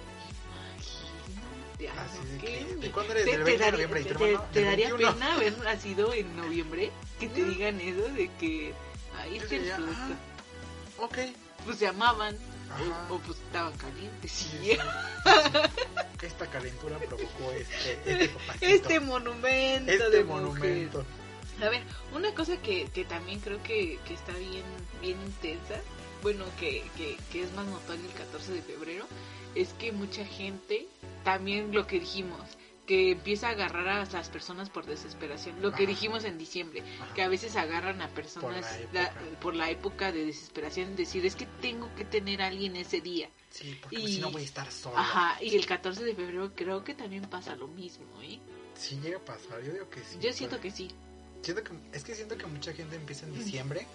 ah, Así de ¿qué? que, ¿de cuándo eres? ¿Te, ¿Del te 20 de daría- noviembre? ¿Y tu te- hermano? te ¿Del daría 21? pena haber nacido en noviembre? Que te No. digan eso de que ahí Yo se diría, producto. ah, ok. Pues se amaban, Ajá. o, o pues estaban calientes. Sí, y- sí, sí. Esta calentura provocó este, este papacito, Este monumento este de mujer. monumento. A ver, una cosa que, que también creo que, que está bien, bien intensa, bueno, que, que, que es más notorio el 14 de febrero, es que mucha gente, también lo que dijimos, que empieza a agarrar a las personas por desesperación, lo que Ajá. dijimos en diciembre, Ajá. que a veces agarran a personas Por la la- época. por la época de desesperación, decir, es que tengo que tener a alguien ese día. Sí, porque pues, y- si no voy a estar solo. Ajá, y el 14 de febrero creo que también pasa lo mismo, ¿eh? Sí llega a pasar, yo digo que sí. Yo siento porque- que sí. siento que- es que siento que mucha gente empieza Mm. en diciembre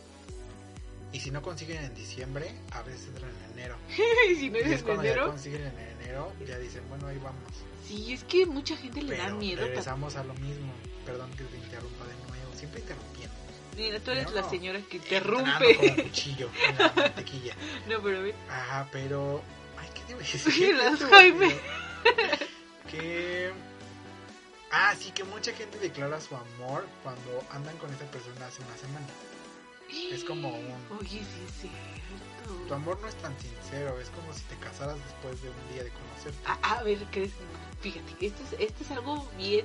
y si no consiguen en diciembre, a veces entran en enero. Y si no Y es es en cuando ya enero, consiguen en enero, ya dicen, bueno, ahí vamos. Sí, es que mucha gente le da Pero miedo. regresamos a lo mismo. Perdón que te interrumpa de nuevo. Siempre interrumpiendo. Mira, tú eres No. la señora que Entrando Con interrumpe. un cuchillo en la mantequilla. No, pero ve, Ajá, pero. Ay, ¿qué debo Sí, decir? las Se me Jaime. olvidó. Que. Ah, sí, que mucha gente declara su amor cuando andan con esa persona hace una semana. Es como un- Oye, sí es Tu cierto. amor no es tan sincero, es como si te casaras después de un día de conocerte. A, a ver, ¿crees? fíjate, esto es, esto es algo bien...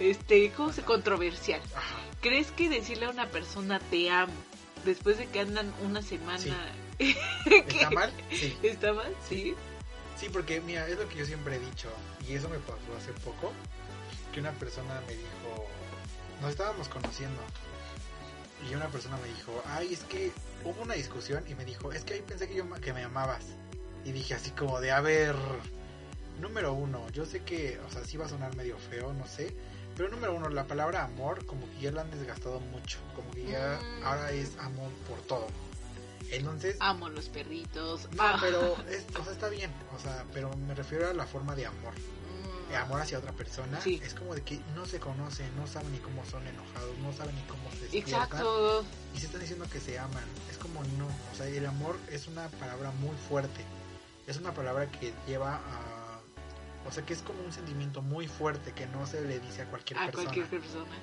Este, ¿cómo se controversial? Ajá, ¿Crees que decirle a una persona te amo después de que andan una semana... Sí. ¿Qué? ¿Está mal? Sí. ¿Está mal? Sí. Sí, porque mira, es lo que yo siempre he dicho, y eso me pasó hace poco, que una persona me dijo, nos estábamos conociendo, y una persona me dijo, ay, es que hubo una discusión y me dijo, es que ahí pensé que, yo, ma- que me amabas. Y dije así como de, a ver, número uno, yo sé que, o sea, sí va a sonar medio feo, no sé, pero número uno, la palabra amor como que ya la han desgastado mucho, como que ya Mm. ahora es amor por todo. Entonces, Amo los perritos. no, pues, ah, pero es- o sea, está bien, o sea, pero me refiero a la forma de amor. mm, De amor hacia otra persona Sí. es como de que no se conocen, no saben ni cómo son enojados, no saben ni cómo se despiertan Exacto. y se están diciendo que se aman. Es como no, o sea, el amor es una palabra muy fuerte. Es una palabra que lleva a O sea que es como un sentimiento muy fuerte que no se le dice a cualquier a persona. cualquier persona.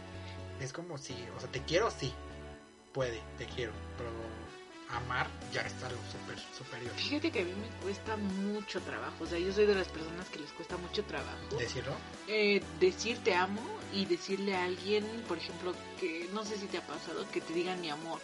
Es como si, o sea, te quiero, sí. Puede, te quiero. Pero amar ya está lo super, superior. Fíjate que a mí me cuesta mucho trabajo, o sea, yo soy de las personas que les cuesta mucho trabajo Decirlo. eh, decir te amo y decirle a alguien, por ejemplo, que no sé si te ha pasado, que te digan mi amor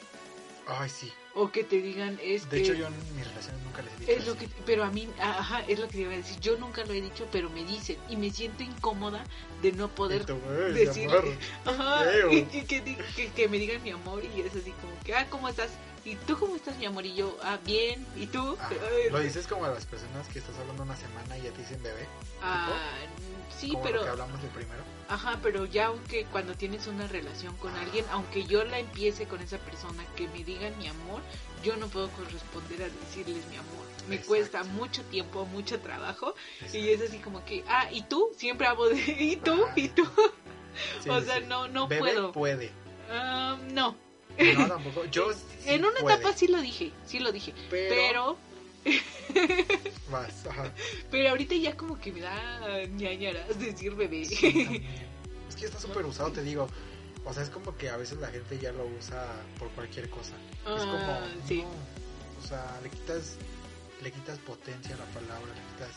Ay, sí. o que te digan es De que hecho, yo en mis relaciones nunca les he dicho. es lo eso. que pero a mí ajá, es lo que te iba a decir, yo nunca lo he dicho, pero me dicen y me siento incómoda de no Y poder tú, "Ay, mi decir- amor". Ajá, Creo. y, y que, di- que- que me digan mi amor y es así como que, ah, ¿cómo estás? ¿Y tú cómo estás, mi amor? Y yo, ah, bien. ¿Y tú? Ah, Ay, lo dices como a las personas que estás hablando una semana y ya te dicen bebé. ah, sí, como lo que pero, hablamos de primero. ajá, pero ya aunque cuando tienes una relación con alguien, aunque yo la empiece con esa persona que me digan mi amor, yo no puedo corresponder a decirles mi amor. Me Exacto. cuesta mucho tiempo, mucho trabajo y es así como que, ah, ¿y tú? Siempre hago de, ¿y tú? Ajá. ¿Y tú? Sí, o sí, sea, sí. no, no Bebé puedo. puede. Ah, no. No, tampoco. Yo sí En una puede, etapa sí lo dije, sí lo dije. pero... Pero, Vas, ajá. pero ahorita ya como que me da ñañaras decir bebé. Sí, también. es que ya está súper usado, te digo. O sea, es como que a veces la gente ya lo usa por cualquier cosa. Es como, Ah, sí. no, o sea, le quitas, le quitas potencia a la palabra, le quitas.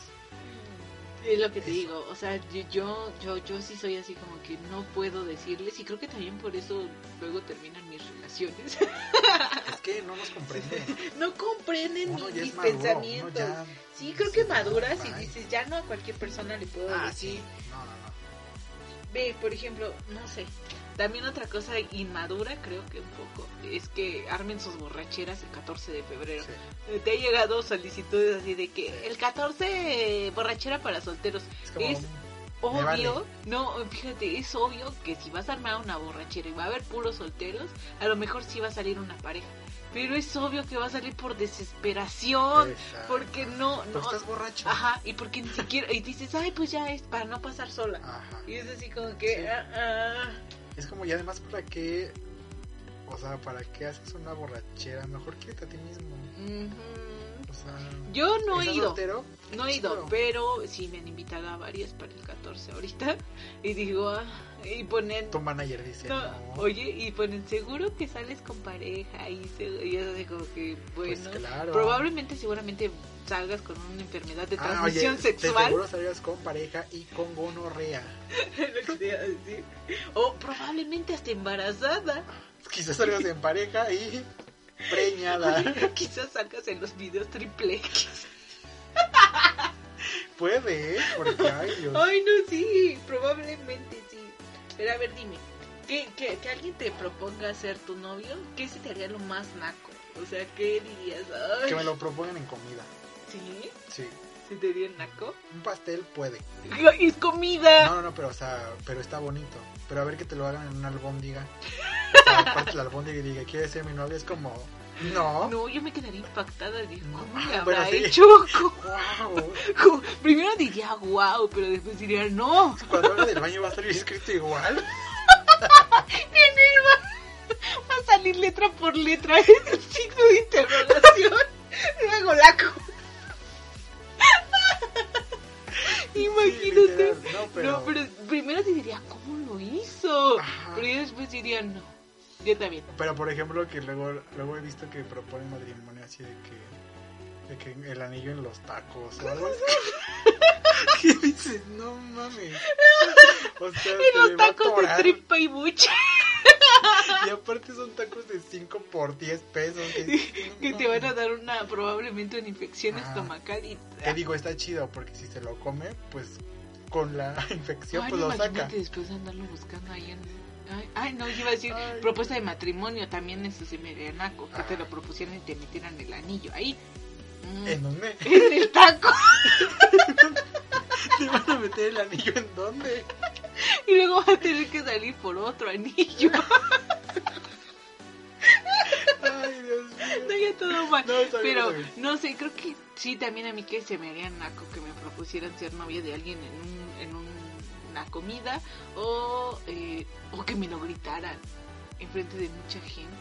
Es lo que te Eso. digo, o sea, yo, yo, yo, yo sí soy así como que no puedo decirles y creo que también por eso luego terminan mis relaciones. Es que no nos comprende. no comprenden Uno mis, ya es mis maduro, uno pensamientos. ya- Sí, creo que sí, maduras y ay. dices, ya no a cualquier persona le puedo Ah, decir. sí. No, no, no. Ve, por ejemplo, no sé. También otra cosa inmadura, creo que un poco, es que armen sus borracheras el 14 de febrero. Sí, Te ha llegado solicitudes así de que el 14 borrachera para solteros. Es como. Es- un- Me Obvio, vale. no, fíjate, es obvio que si vas a armar una borrachera y va a haber puros solteros, a lo mejor sí va a salir una pareja. Pero es obvio que va a salir por desesperación, esa- porque no, no, Porque estás borracho. ajá, y porque ni siquiera, y dices, ay, pues ya es para no pasar sola. Ajá. Y es así como que, Ah. Sí. ah, ah. Es como, y además, ¿para qué? O sea, ¿para qué haces una borrachera? Mejor quédate a ti mismo. Ujú. O sea. Yo no he ¿estás ido. soltero? No he ido, Chido. pero sí me han invitado a varias para el 14 ahorita. Y digo, ah, y ponen. Tu manager dice. no, no, Oye, y ponen, seguro que sales con pareja. Y, se, y es así como que, pues bueno. claro. Probablemente, seguramente salgas con una enfermedad de Ah, oye, transmisión De sexual. seguro salgas con pareja y con gonorrea. Lo que te iba a decir. O probablemente hasta embarazada. Quizás salgas en pareja y preñada. Quizás salgas en los videos triple X. Puede, ¿eh? porque ay Dios. Ay, no, sí, probablemente sí. Pero a ver, dime, ¿que, que, que alguien te proponga ser tu novio, ¿qué se te haría lo más naco? O sea, ¿qué dirías? Ay, Que me lo proponen en comida. ¿Sí? Sí. ¿Se te haría naco? Un pastel puede. ¡Ay, ¡Es comida! No, no, no, pero o sea, pero está bonito. Pero a ver que te lo hagan en una albóndiga. O sea, aparte la albóndiga y diga, ¿quieres ser mi novia? Es como, no. No, yo me quedaría impactada. Digo, ¿cómo No, le habrá bueno, sí. hecho? ¿Cómo- Wow. cómo? Primero diría wow, pero después diría no. Cuando hable del baño va a salir escrito igual. Va a salir letra por letra. Es el signo de interrogación. Luego la co- Imagínate. Sí, literal. No, pero. No, pero primero te diría, ¿cómo lo hizo? Ajá. Pero yo después diría, no. Yo también. Pero por ejemplo que luego luego he visto que proponen matrimonio así de que de que el anillo en los tacos o algo así. ¿Qué dices? No mames. O sea, te Y los le va a tacos de atorar. tripa y buche Y aparte son tacos de 5 por 10 pesos. que te van a dar una, probablemente una infección Ajá. estomacal y... Te digo, está chido porque si se lo come, pues con la infección Ay, pues lo imagínate saca. después de andarlo buscando ahí en... Ay, ay, no, yo iba a decir Ay. propuesta de matrimonio, también eso se me haría naco, que te Ah. lo propusieran y te metieran el anillo ahí. Mm, ¿En dónde? en el taco. ¿Te van a meter el anillo en dónde? Y luego vas a tener que salir por otro anillo. Ay, Dios mío. No, ya todo mal. No, está bien, Pero está bien. no sé, creo que sí, también a mí que se me haría naco que me propusieran ser novia de alguien en, un, en un- una comida o, eh, o que me lo gritaran en frente de mucha gente.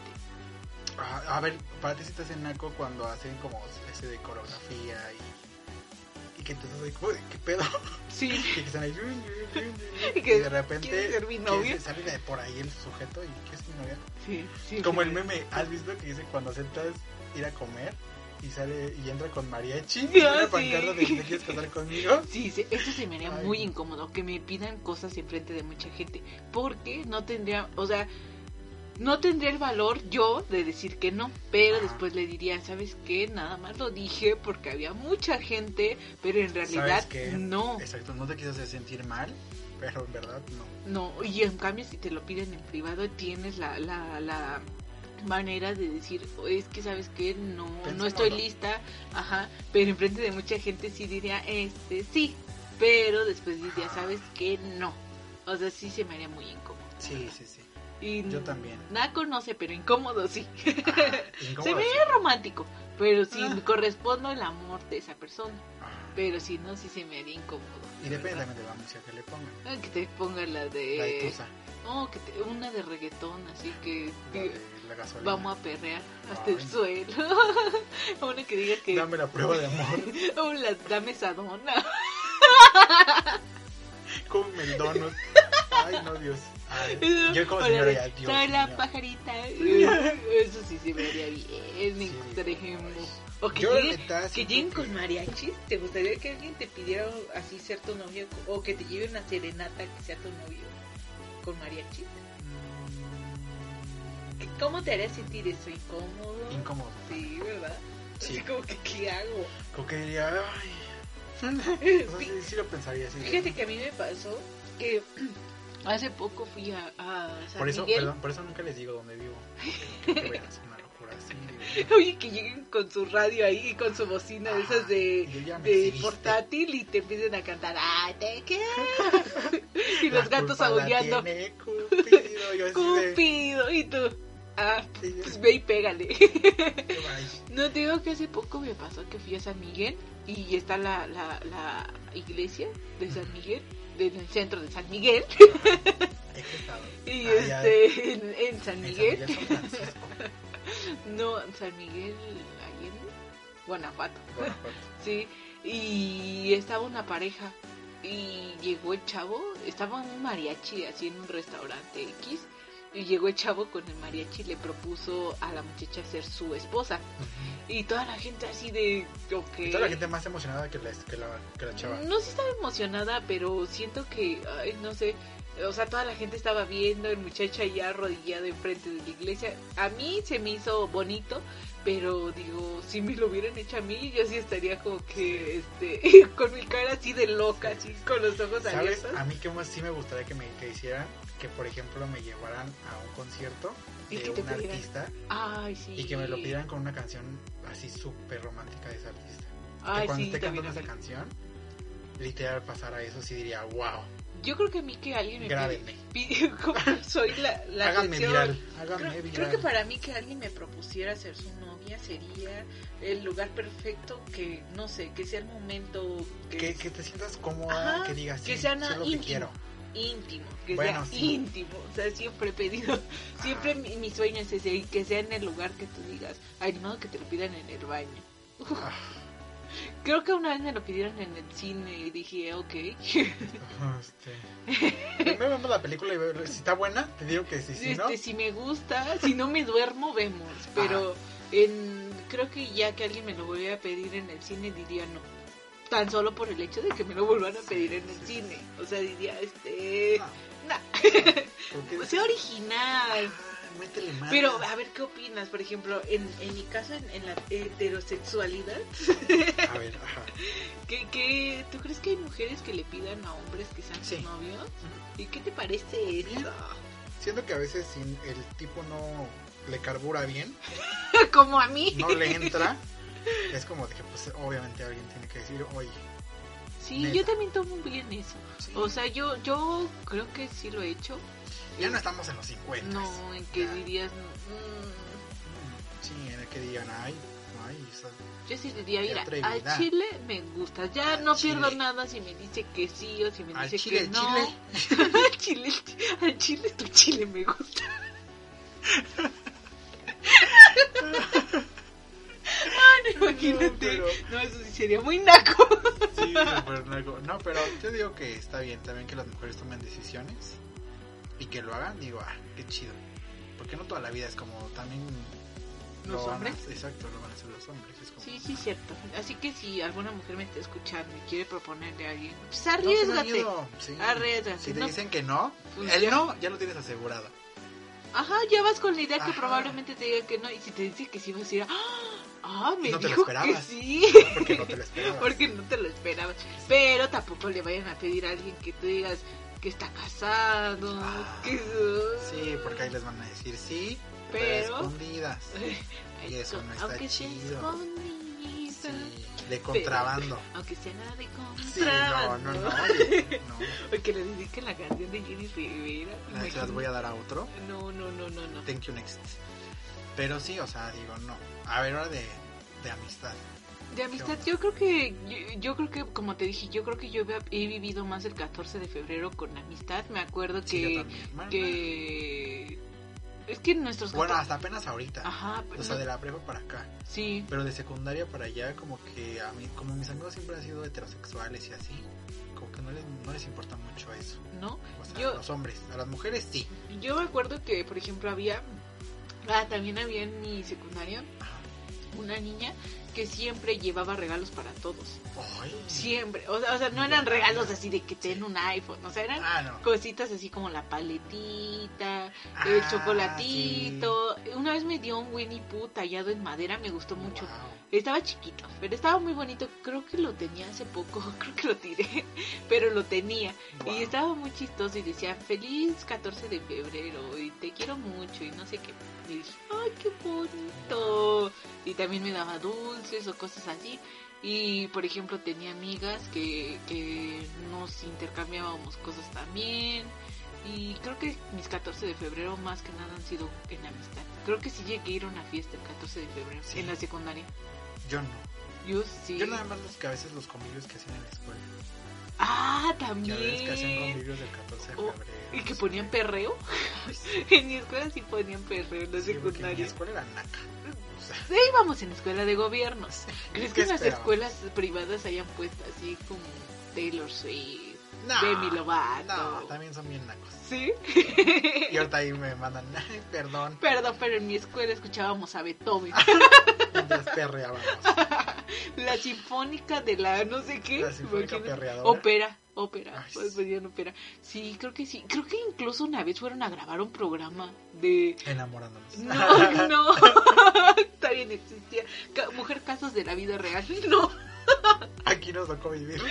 A, a ver, para ti sí te hacen naco cuando hacen como ese de coreografía y, y que te estás ahí como de, ¿qué pedo? Sí. Y que están ahí, "Uy, uy, uy, uy", Y y que, de repente ¿quieres ser mi que novia? sale de por ahí el sujeto y que es mi novia. Sí, sí. Como sí. el meme, ¿has visto que dice cuando aceptas ir a comer y sale y entra con mariachi? Sí, Y ah, una sí. pancarta de que te quieres casar conmigo. Sí, sí, esto se me haría Ay. muy incómodo que me pidan cosas enfrente de mucha gente, porque no tendría, o sea, no tendría el valor yo de decir que no, pero Ajá. después le diría, ¿sabes qué? Nada más lo dije porque había mucha gente, pero en ¿Sabes realidad qué? no, Exacto, no te quieres hacer sentir mal, pero en verdad no. no, y en cambio si te lo piden en privado tienes la, la, la manera de decir, "Oh, es que sabes que no, no estoy Pensémoslo. lista, ajá, pero enfrente de mucha gente sí diría, este, sí, pero después diría, sabes que no, o sea, sí se me haría muy incómodo. Sí, sí, sí. Y Yo también. Ah, Nada conoce, pero incómodo sí. Incómodo, ve. sí. Es romántico, pero si Ah. correspondo el amor de esa persona, Ajá. pero si no, sí se me haría incómodo. Ah, Y depende ¿verdad? también de la música que le pongan. Ah, Que te ponga La la de de... Tusa, No, que te- una de reggaetón, así que... la que- de la gasolina. eh, Vamos a perrear hasta el Ay. suelo. Una que diga que. Dame la prueba de amor Hola, dame esa dona. con el donut. Ay, no, Dios. Ay, yo como Hola, señora de- ya, Dios Soy la mío. pajarita. Eso sí se me haría bien. Me Sí, extremo. ay. O que Yo la lleguen- neta, que siento lleguen que- con mariachis, ¿te gustaría que alguien te pidiera así ser tu novio? O que te lleve una serenata que sea tu novio con mariachis. ¿Qué- ¿Cómo te haría sentir eso? ¿Incómodo? Mm. Incómodo. Sí, ¿verdad? Sí. Así como que, ¿qué hago? Como que diría, ay. O sea, Sí, sí, sí lo pensaría así. Fíjate que a mí me pasó que hace poco fui a, a San Por eso, Miguel. perdón, por eso nunca les digo dónde vivo. Que, que vean, es una locura así. Oye, que lleguen con su radio ahí y con su bocina de esas de, Yo Ah, ya me de exhibiste. portátil y te empiecen a cantar ¡Ay, te quiero! y La los gatos culpa la aullando tiene Cupido, yo así de, ¡Cupido! Y tú, ah, sí, yo- pues ve y pégale. ay, No te digo que hace poco me pasó que fui a San Miguel y está la, la, la iglesia de San Miguel, del centro de San Miguel, he estado. y Ay, ay. este, en, en San En San Miguel, Miguel, San Francisco, no, San Miguel, Allende, Guanajuato, Guanajuato. sí, y estaba una pareja y llegó el chavo, estaba un mariachi así en un restaurante X. Y llegó el chavo con el mariachi y le propuso a la muchacha ser su esposa. Y toda la gente así de... ok. Y toda la gente más emocionada que la, que la, que la chava. No sí estaba emocionada, pero siento que, ay, no sé, o sea, toda la gente estaba viendo, el muchacho ya arrodillado enfrente de la iglesia. A mí se me hizo bonito, pero digo, si me lo hubieran hecho a mí, yo sí estaría como que, este, con mi cara así de loca, así, con los ojos ¿Sabes? abiertos. A mí que más sí me gustaría que me que hicieran, que por ejemplo me llevaran a un concierto Y de que te un pidieran. artista Ay, sí. y que me lo pidieran con una canción así súper romántica de ese artista. que Ay, cuando sí, esté también cantando a esa mí. canción, literal pasara eso sí diría, wow, Yo creo que a mí que alguien me grábenme. pide- como soy la, la háganme canción- viral, háganme Creo, viral. creo que para mí que alguien me propusiera ser su novia sería el lugar perfecto que, no sé, que sea el momento que, que, que te sientas cómoda, Ajá, que digas, que sí, sea sé nada lo que íntimo. quiero. íntimo, que Bueno, sea sí. íntimo. O sea, siempre he pedido, siempre mi, mi sueño es ese, y que sea en el lugar que tú digas, animado que te lo pidan en el baño. Ah, Creo que una vez me lo pidieron en el cine y dije, ok. este. Primero vemos la película y veo- si está buena, te digo que sí, si este, no, Ah. si me gusta, si no me duermo, vemos. Pero en, creo que ya que alguien me lo volviera a pedir en el cine, diría no. Tan solo por el hecho de que me lo vuelvan a pedir en el cine. O sea, diría, este. Ah. Nah, porque sea original. Ah. métele más. Pero a ver, ¿qué opinas? Por ejemplo, en, en mi caso, en, en la heterosexualidad, A ver, ajá. ¿qué, qué, tú crees que hay mujeres que le pidan a hombres que sean Sí. sus novios? ¿Y qué te parece Bien. eso? Siento que a veces si el tipo no le carbura bien, Como a mí. no le entra, es como de que pues obviamente alguien tiene que decir, oye, sí, neta. yo también tomo bien eso. sí, O sea, yo, yo creo que sí lo he hecho. ya no estamos en los 50. No, en que Ya. dirías, mm, Mm, Sí, en el que digan, ay, ay, esa- yo sí diría, Qué mira, atrevida. al chile me gusta. Ya Al no pierdo chile. nada si me dice que sí o si me al dice chile, que al no. chile. al chile, al chile, tu chile me gusta. Ah, Ay, no, No, imagínate. pero- No, eso sí sería muy naco. Sí, Sí, súper naco. No, pero yo digo que está bien también que las mujeres tomen decisiones y que lo hagan. Digo, ah, qué chido. Porque no toda la vida es como también. lo Los van a- hombres. exacto, lo van a hacer los hombres. Es como, Sí, sí, cierto. Así que si alguna mujer me está escuchando y quiere proponerle a alguien, pues No, te da arriesgate. miedo, sí. Arriesgate. Si te no- dicen que no, el Funciona. no ya lo tienes asegurado. Ajá, ya vas con la idea que Ajá. probablemente te digan que no. Y si te dice que sí, vas a decir, ¡ah! ah, me No te lo dijo que esperabas. sí. Porque no te lo esperabas. Porque no te lo esperabas. Pero tampoco le vayan a pedir a alguien que tú digas que está casado, Ah, que... Sí, porque ahí les van a decir sí, pero, Pero- escondidas. Y eso no está aunque sea chido. escondida, Sí, de contrabando. aunque sea nada de Sí, no, contrabando. no, no. oye, no. Porque le dediquen la canción de Jenny Rivera. Las- Se las voy a dar a otro. No, no, no, no, no. Thank you next. Pero sí, o sea, digo, no. A ver, ahora de, de amistad. De amistad, yo creo que, yo, yo creo que, como te dije, yo creo que yo he- he vivido más el 14 de febrero con amistad. Me acuerdo Sí, yo que, también. Bueno, que, es que nuestros Bueno, 14 hasta apenas ahorita. Ah, ajá, pero O sea, no- de la prepa para acá. sí, Pero de secundaria para allá, como que a mí, como mis amigos siempre han sido heterosexuales y así, como que no les, no les importa mucho eso. ¿no? O sea, Yo- a los hombres, a las mujeres sí. Yo me acuerdo que, por ejemplo, había, ah, también había en mi secundaria Ajá. una niña que siempre llevaba regalos para todos, Ay. siempre, o sea, o sea, no eran regalos así de que ten un iPhone, o sea, eran Ah, no. cositas así como la paletita, el Ah, chocolatito. Una vez me dio un Winnie Pooh tallado en madera, me gustó sí. mucho. Wow. Estaba chiquito, pero estaba muy bonito. Creo que lo tenía hace poco, creo que lo tiré, pero lo tenía. Wow. Y estaba muy chistoso y decía, feliz 14 de febrero y te quiero mucho y no sé qué. Y dije, ay, qué bonito. Y también me daba dulces o cosas así. Y por ejemplo tenía amigas que, que nos intercambiábamos cosas también. Y creo que mis 14 de febrero más que nada han sido en amistad. Creo que sí llegué a ir a una fiesta el 14 de febrero Sí. en la secundaria. Yo no. Yo sí. Yo nada más los que a veces los convivios que hacían en la escuela. Ah, Que a veces que hacían también. convivios del 14 de Oh, febrero. Y que no ponían sé qué. perreo. Ay, sí, En mi escuela sí ponían perreo en la sí, porque mi secundaria. escuela era naca. O sea, Sí, íbamos en escuela de gobiernos. ¿Crees que ¿Qué en las esperabas? escuelas privadas hayan puesto así como Taylor Swift, no, Demi Lovato? No, también son bien nacos. ¿Sí? Y ahorita ahí me mandan, ay, perdón, Perdón, pero en mi escuela escuchábamos a Beethoven. mientras perreábamos. la sinfónica de la no sé qué. La sinfónica imagínate. perreadora. Ópera, ópera, Ay, pues sí. ponían ópera. Sí, creo que sí. Creo que incluso una vez fueron a grabar un programa de... Enamorándonos. No, no. Está bien, existía. Ca- Mujer casos de la vida real. No. Aquí nos tocó vivir.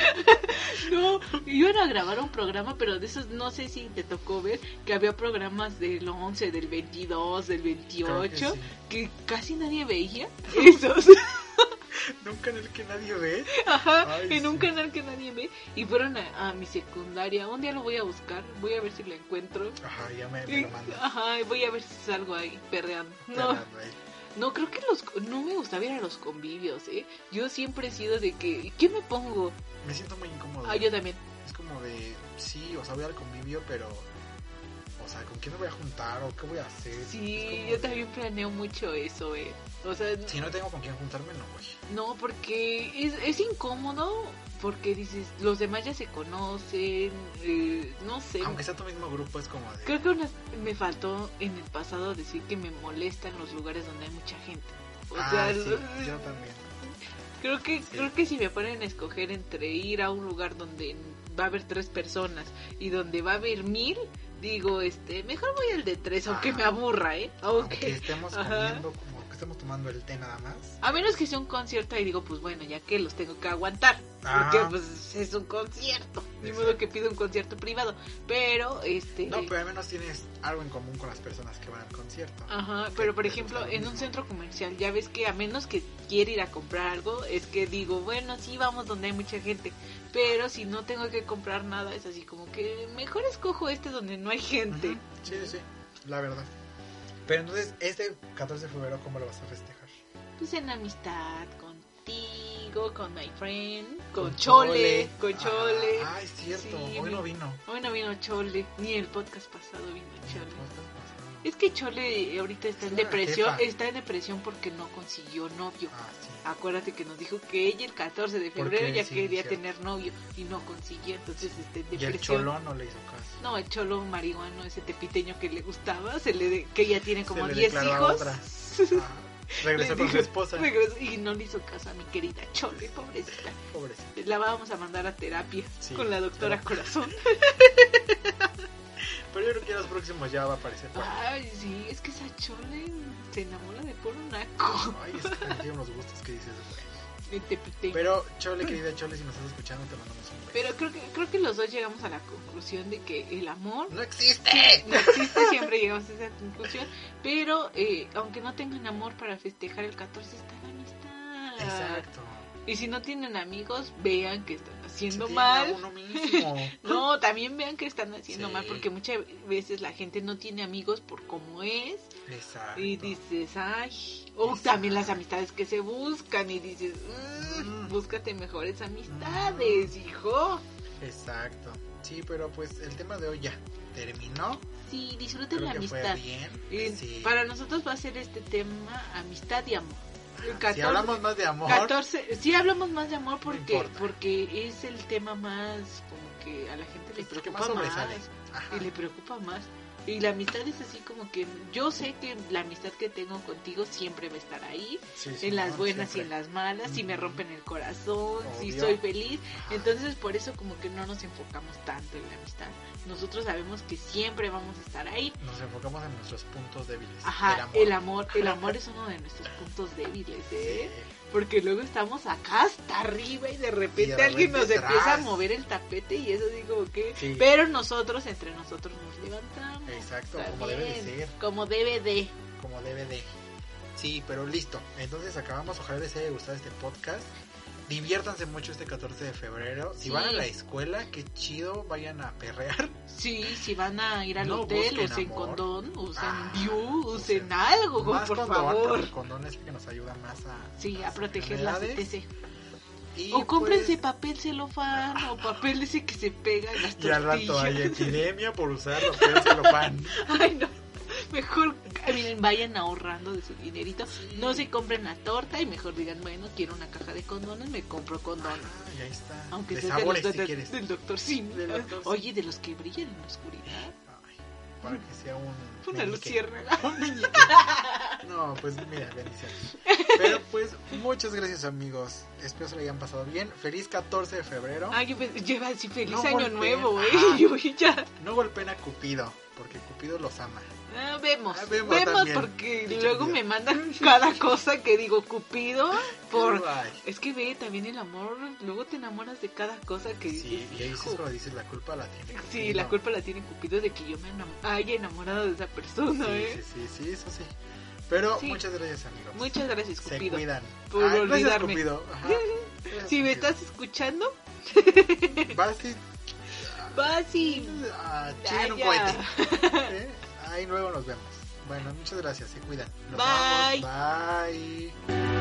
No, iban a grabar un programa, pero de esos no sé si te tocó ver que había programas del 11, del 22, del Creo 28 que que, sí. casi nadie veía. Esos, De un canal que nadie ve. ajá, Ay, en un sí. canal que nadie ve y fueron a, a mi secundaria. Un día lo voy a buscar, voy a ver si lo encuentro. Ajá, ya me, me lo mandan. Ajá, y voy a ver si salgo ahí perreando. Ah, No, Perreando ahí. no creo que los no me gustaba ir a los convivios, ¿eh? Yo siempre he sido de que ¿qué me pongo? Me siento muy incómodo. Ah, yo también. Es como de, sí, o sea, voy al convivio, pero. O sea, ¿con quién me voy a juntar o qué voy a hacer? Es Sí, como yo de, también planeo mucho eso, ¿eh? O sea, Si no tengo con quién juntarme, no voy. No, porque es, es incómodo porque dices, los demás ya se conocen, eh, no sé. Aunque sea tu mismo grupo, es como de. Creo que una- me faltó en el pasado decir que me molestan los lugares donde hay mucha gente. O Ah, sea, sí, lo- yo también. creo que creo que si me ponen a escoger entre ir a un lugar donde va a haber tres personas y donde va a haber mil, digo, este, mejor voy al de tres, aunque Ajá. me aburra, ¿eh? Ah. Aunque Aunque estemos Ajá. comiendo, como que estemos tomando el té nada más. a menos que sea un concierto y digo, pues bueno, ya que los tengo que aguantar. Porque Ajá. pues es un concierto. Ni Exacto. modo que pida un concierto privado. Pero, este. No, pero al menos tienes algo en común con las personas que van al concierto. Ajá, pero por Pero ejemplo, está lo en un mismo. centro comercial, ya ves que a menos que quiera ir a comprar algo, es que digo, bueno, sí, vamos donde hay mucha gente. Pero si no tengo que comprar nada, es así como que mejor escojo este donde no hay gente. Ujú, Sí, sí, la verdad. Pero entonces, este 14 de febrero, ¿cómo lo vas a festejar? Pues en amistad, contigo, con my friend, con, Con Chole, con Ah, Chole. Ah, es cierto, Sí, hoy mi- no vino. Hoy no vino Chole, ni el podcast pasado vino Chole. Es que Chole eh, ahorita está Es en una depresión, jefa. está en depresión porque no consiguió novio. Ah, sí. Acuérdate que nos dijo que ella el 14 de Porque febrero ya sí, quería cierto. tener novio y no consiguió, entonces está en Y el depresión. cholón no le hizo caso. No, el cholo marihuano, ese tepiteño que le gustaba, se le de- que ya tiene como le 10 declaró a hijos. otra. Ah, regresó Le con su dijo- esposa. regresó- y no le hizo caso a mi querida Chole, pobrecita. Pobrecito. La vamos a mandar a terapia Sí, con la doctora Corazón. Pero yo creo que en los próximos ya va a aparecer. por ahí. Ay, sí, es que esa Chole se enamora de puro naco. Ay, es que tiene unos gustos que dices. güey. El tepiteño. Pero, Chole, querida Chole, si nos estás escuchando, te mandamos un beso. Pero creo que, creo que los dos llegamos a la conclusión de que el amor ¡No existe! no existe, siempre llegamos a esa conclusión. Pero eh, aunque no tengan amor para festejar el 14, está la amistad. Exacto. Y si no tienen amigos, vean que están Se haciendo tiene mal. a uno mismo. No, también vean que están haciendo Sí. mal porque muchas veces la gente no tiene amigos por cómo es Exacto. y dices, ay, o también las amistades que se buscan y dices, "Mm, Mm. búscate mejores amistades, hijo. Exacto. Sí, pero pues el tema de hoy ya terminó. Sí, disfruten Creo la que fue amistad. Y bien. Sí. Para nosotros va a ser este tema amistad y amor. El 14, Si hablamos más de amor, 14, sí hablamos más de amor porque importa. porque es el tema más como que a la gente le pues, ¿qué preocupa más sobresale? más. Ajá. y le preocupa más. Y la amistad es así como que yo sé que la amistad que tengo contigo siempre va a estar ahí, Sí, sí, en las no, buenas y en siempre. las malas, si me Ujú. rompen el corazón, si Obvio. soy feliz. Ajá. Entonces por eso como que no nos enfocamos tanto en la amistad. Nosotros sabemos que siempre vamos a estar ahí. nos enfocamos en nuestros puntos débiles. el Ajá, amor. el amor, el amor es uno de nuestros puntos débiles, ¿eh? Sí. Porque luego estamos acá hasta arriba y de repente Y de alguien nos repente empieza a tras. mover el tapete y eso así como que... Sí. Pero nosotros, entre nosotros nos levantamos. Exacto, Está como debe de bien. ser, Como DVD. como debe de. Sí, pero listo. Entonces acabamos. Ojalá les haya gustado este podcast. Diviértanse mucho este 14 de febrero. Si Sí. van a la escuela, qué chido, vayan a perrear. Sí, si van a ir al No hotel, busquen usen amor. condón, usen Ah, Diu, usen usen- algo, más por condón, porque favor. el condón es el que nos ayuda más a. Sí, a las proteger las enfermedades. ETC. Y O cómprense pues, papel celofán o papel ese que se pega en las Y al rato hay tortillas. epidemia por usarlo, pero se lo van. Ay, no. Mejor miren, vayan ahorrando de su dinerito. No se compren la torta y mejor digan, bueno, quiero una caja de condones, me compro condones. Ah, ya está. Aunque de sea sabores, de los, si de- quieres. del doctor Sim. Del Dr. Sim. Oye, de los que brillan en la oscuridad. Ay, para que sea un. Una meñique. luciérnaga. Un meñique. No, pues mira, bendición. Pero pues, muchas gracias, amigos. Espero se lo hayan pasado bien. Feliz 14 de febrero. Ay, yo pensé, yo iba a decir feliz No año golpeen. nuevo, ¿eh? Ajá. Yo ya. No golpeen a Cupido, porque Cupido los ama. Ah, vemos. Ah, vemos vemos también. porque Dicho luego Dios. me mandan cada cosa que digo, Cupido. Por... Ay, Es que ve también el amor. Luego te enamoras de cada cosa que Sí, dices. y ahí dices, hijo. como dices, la culpa la tiene. Cupido. Sí, la culpa la tiene Cupido de que yo me enam- haya enamorado de esa persona, ¿eh? Sí, sí, sí, sí, eso sí. Pero Sí. muchas gracias, amigos. Muchas gracias, Se Cupido. cuidan. por Ay, Gracias, olvidarme. Cupido. Ajá. Gracias, Si me Cupido. estás escuchando, Vas y vas y. Ah, Ay, chinguen un ya. cohete. ¿Eh? Ahí luego nos vemos. Bueno, muchas gracias. Se cuidan. Nos Bye. vamos. Bye.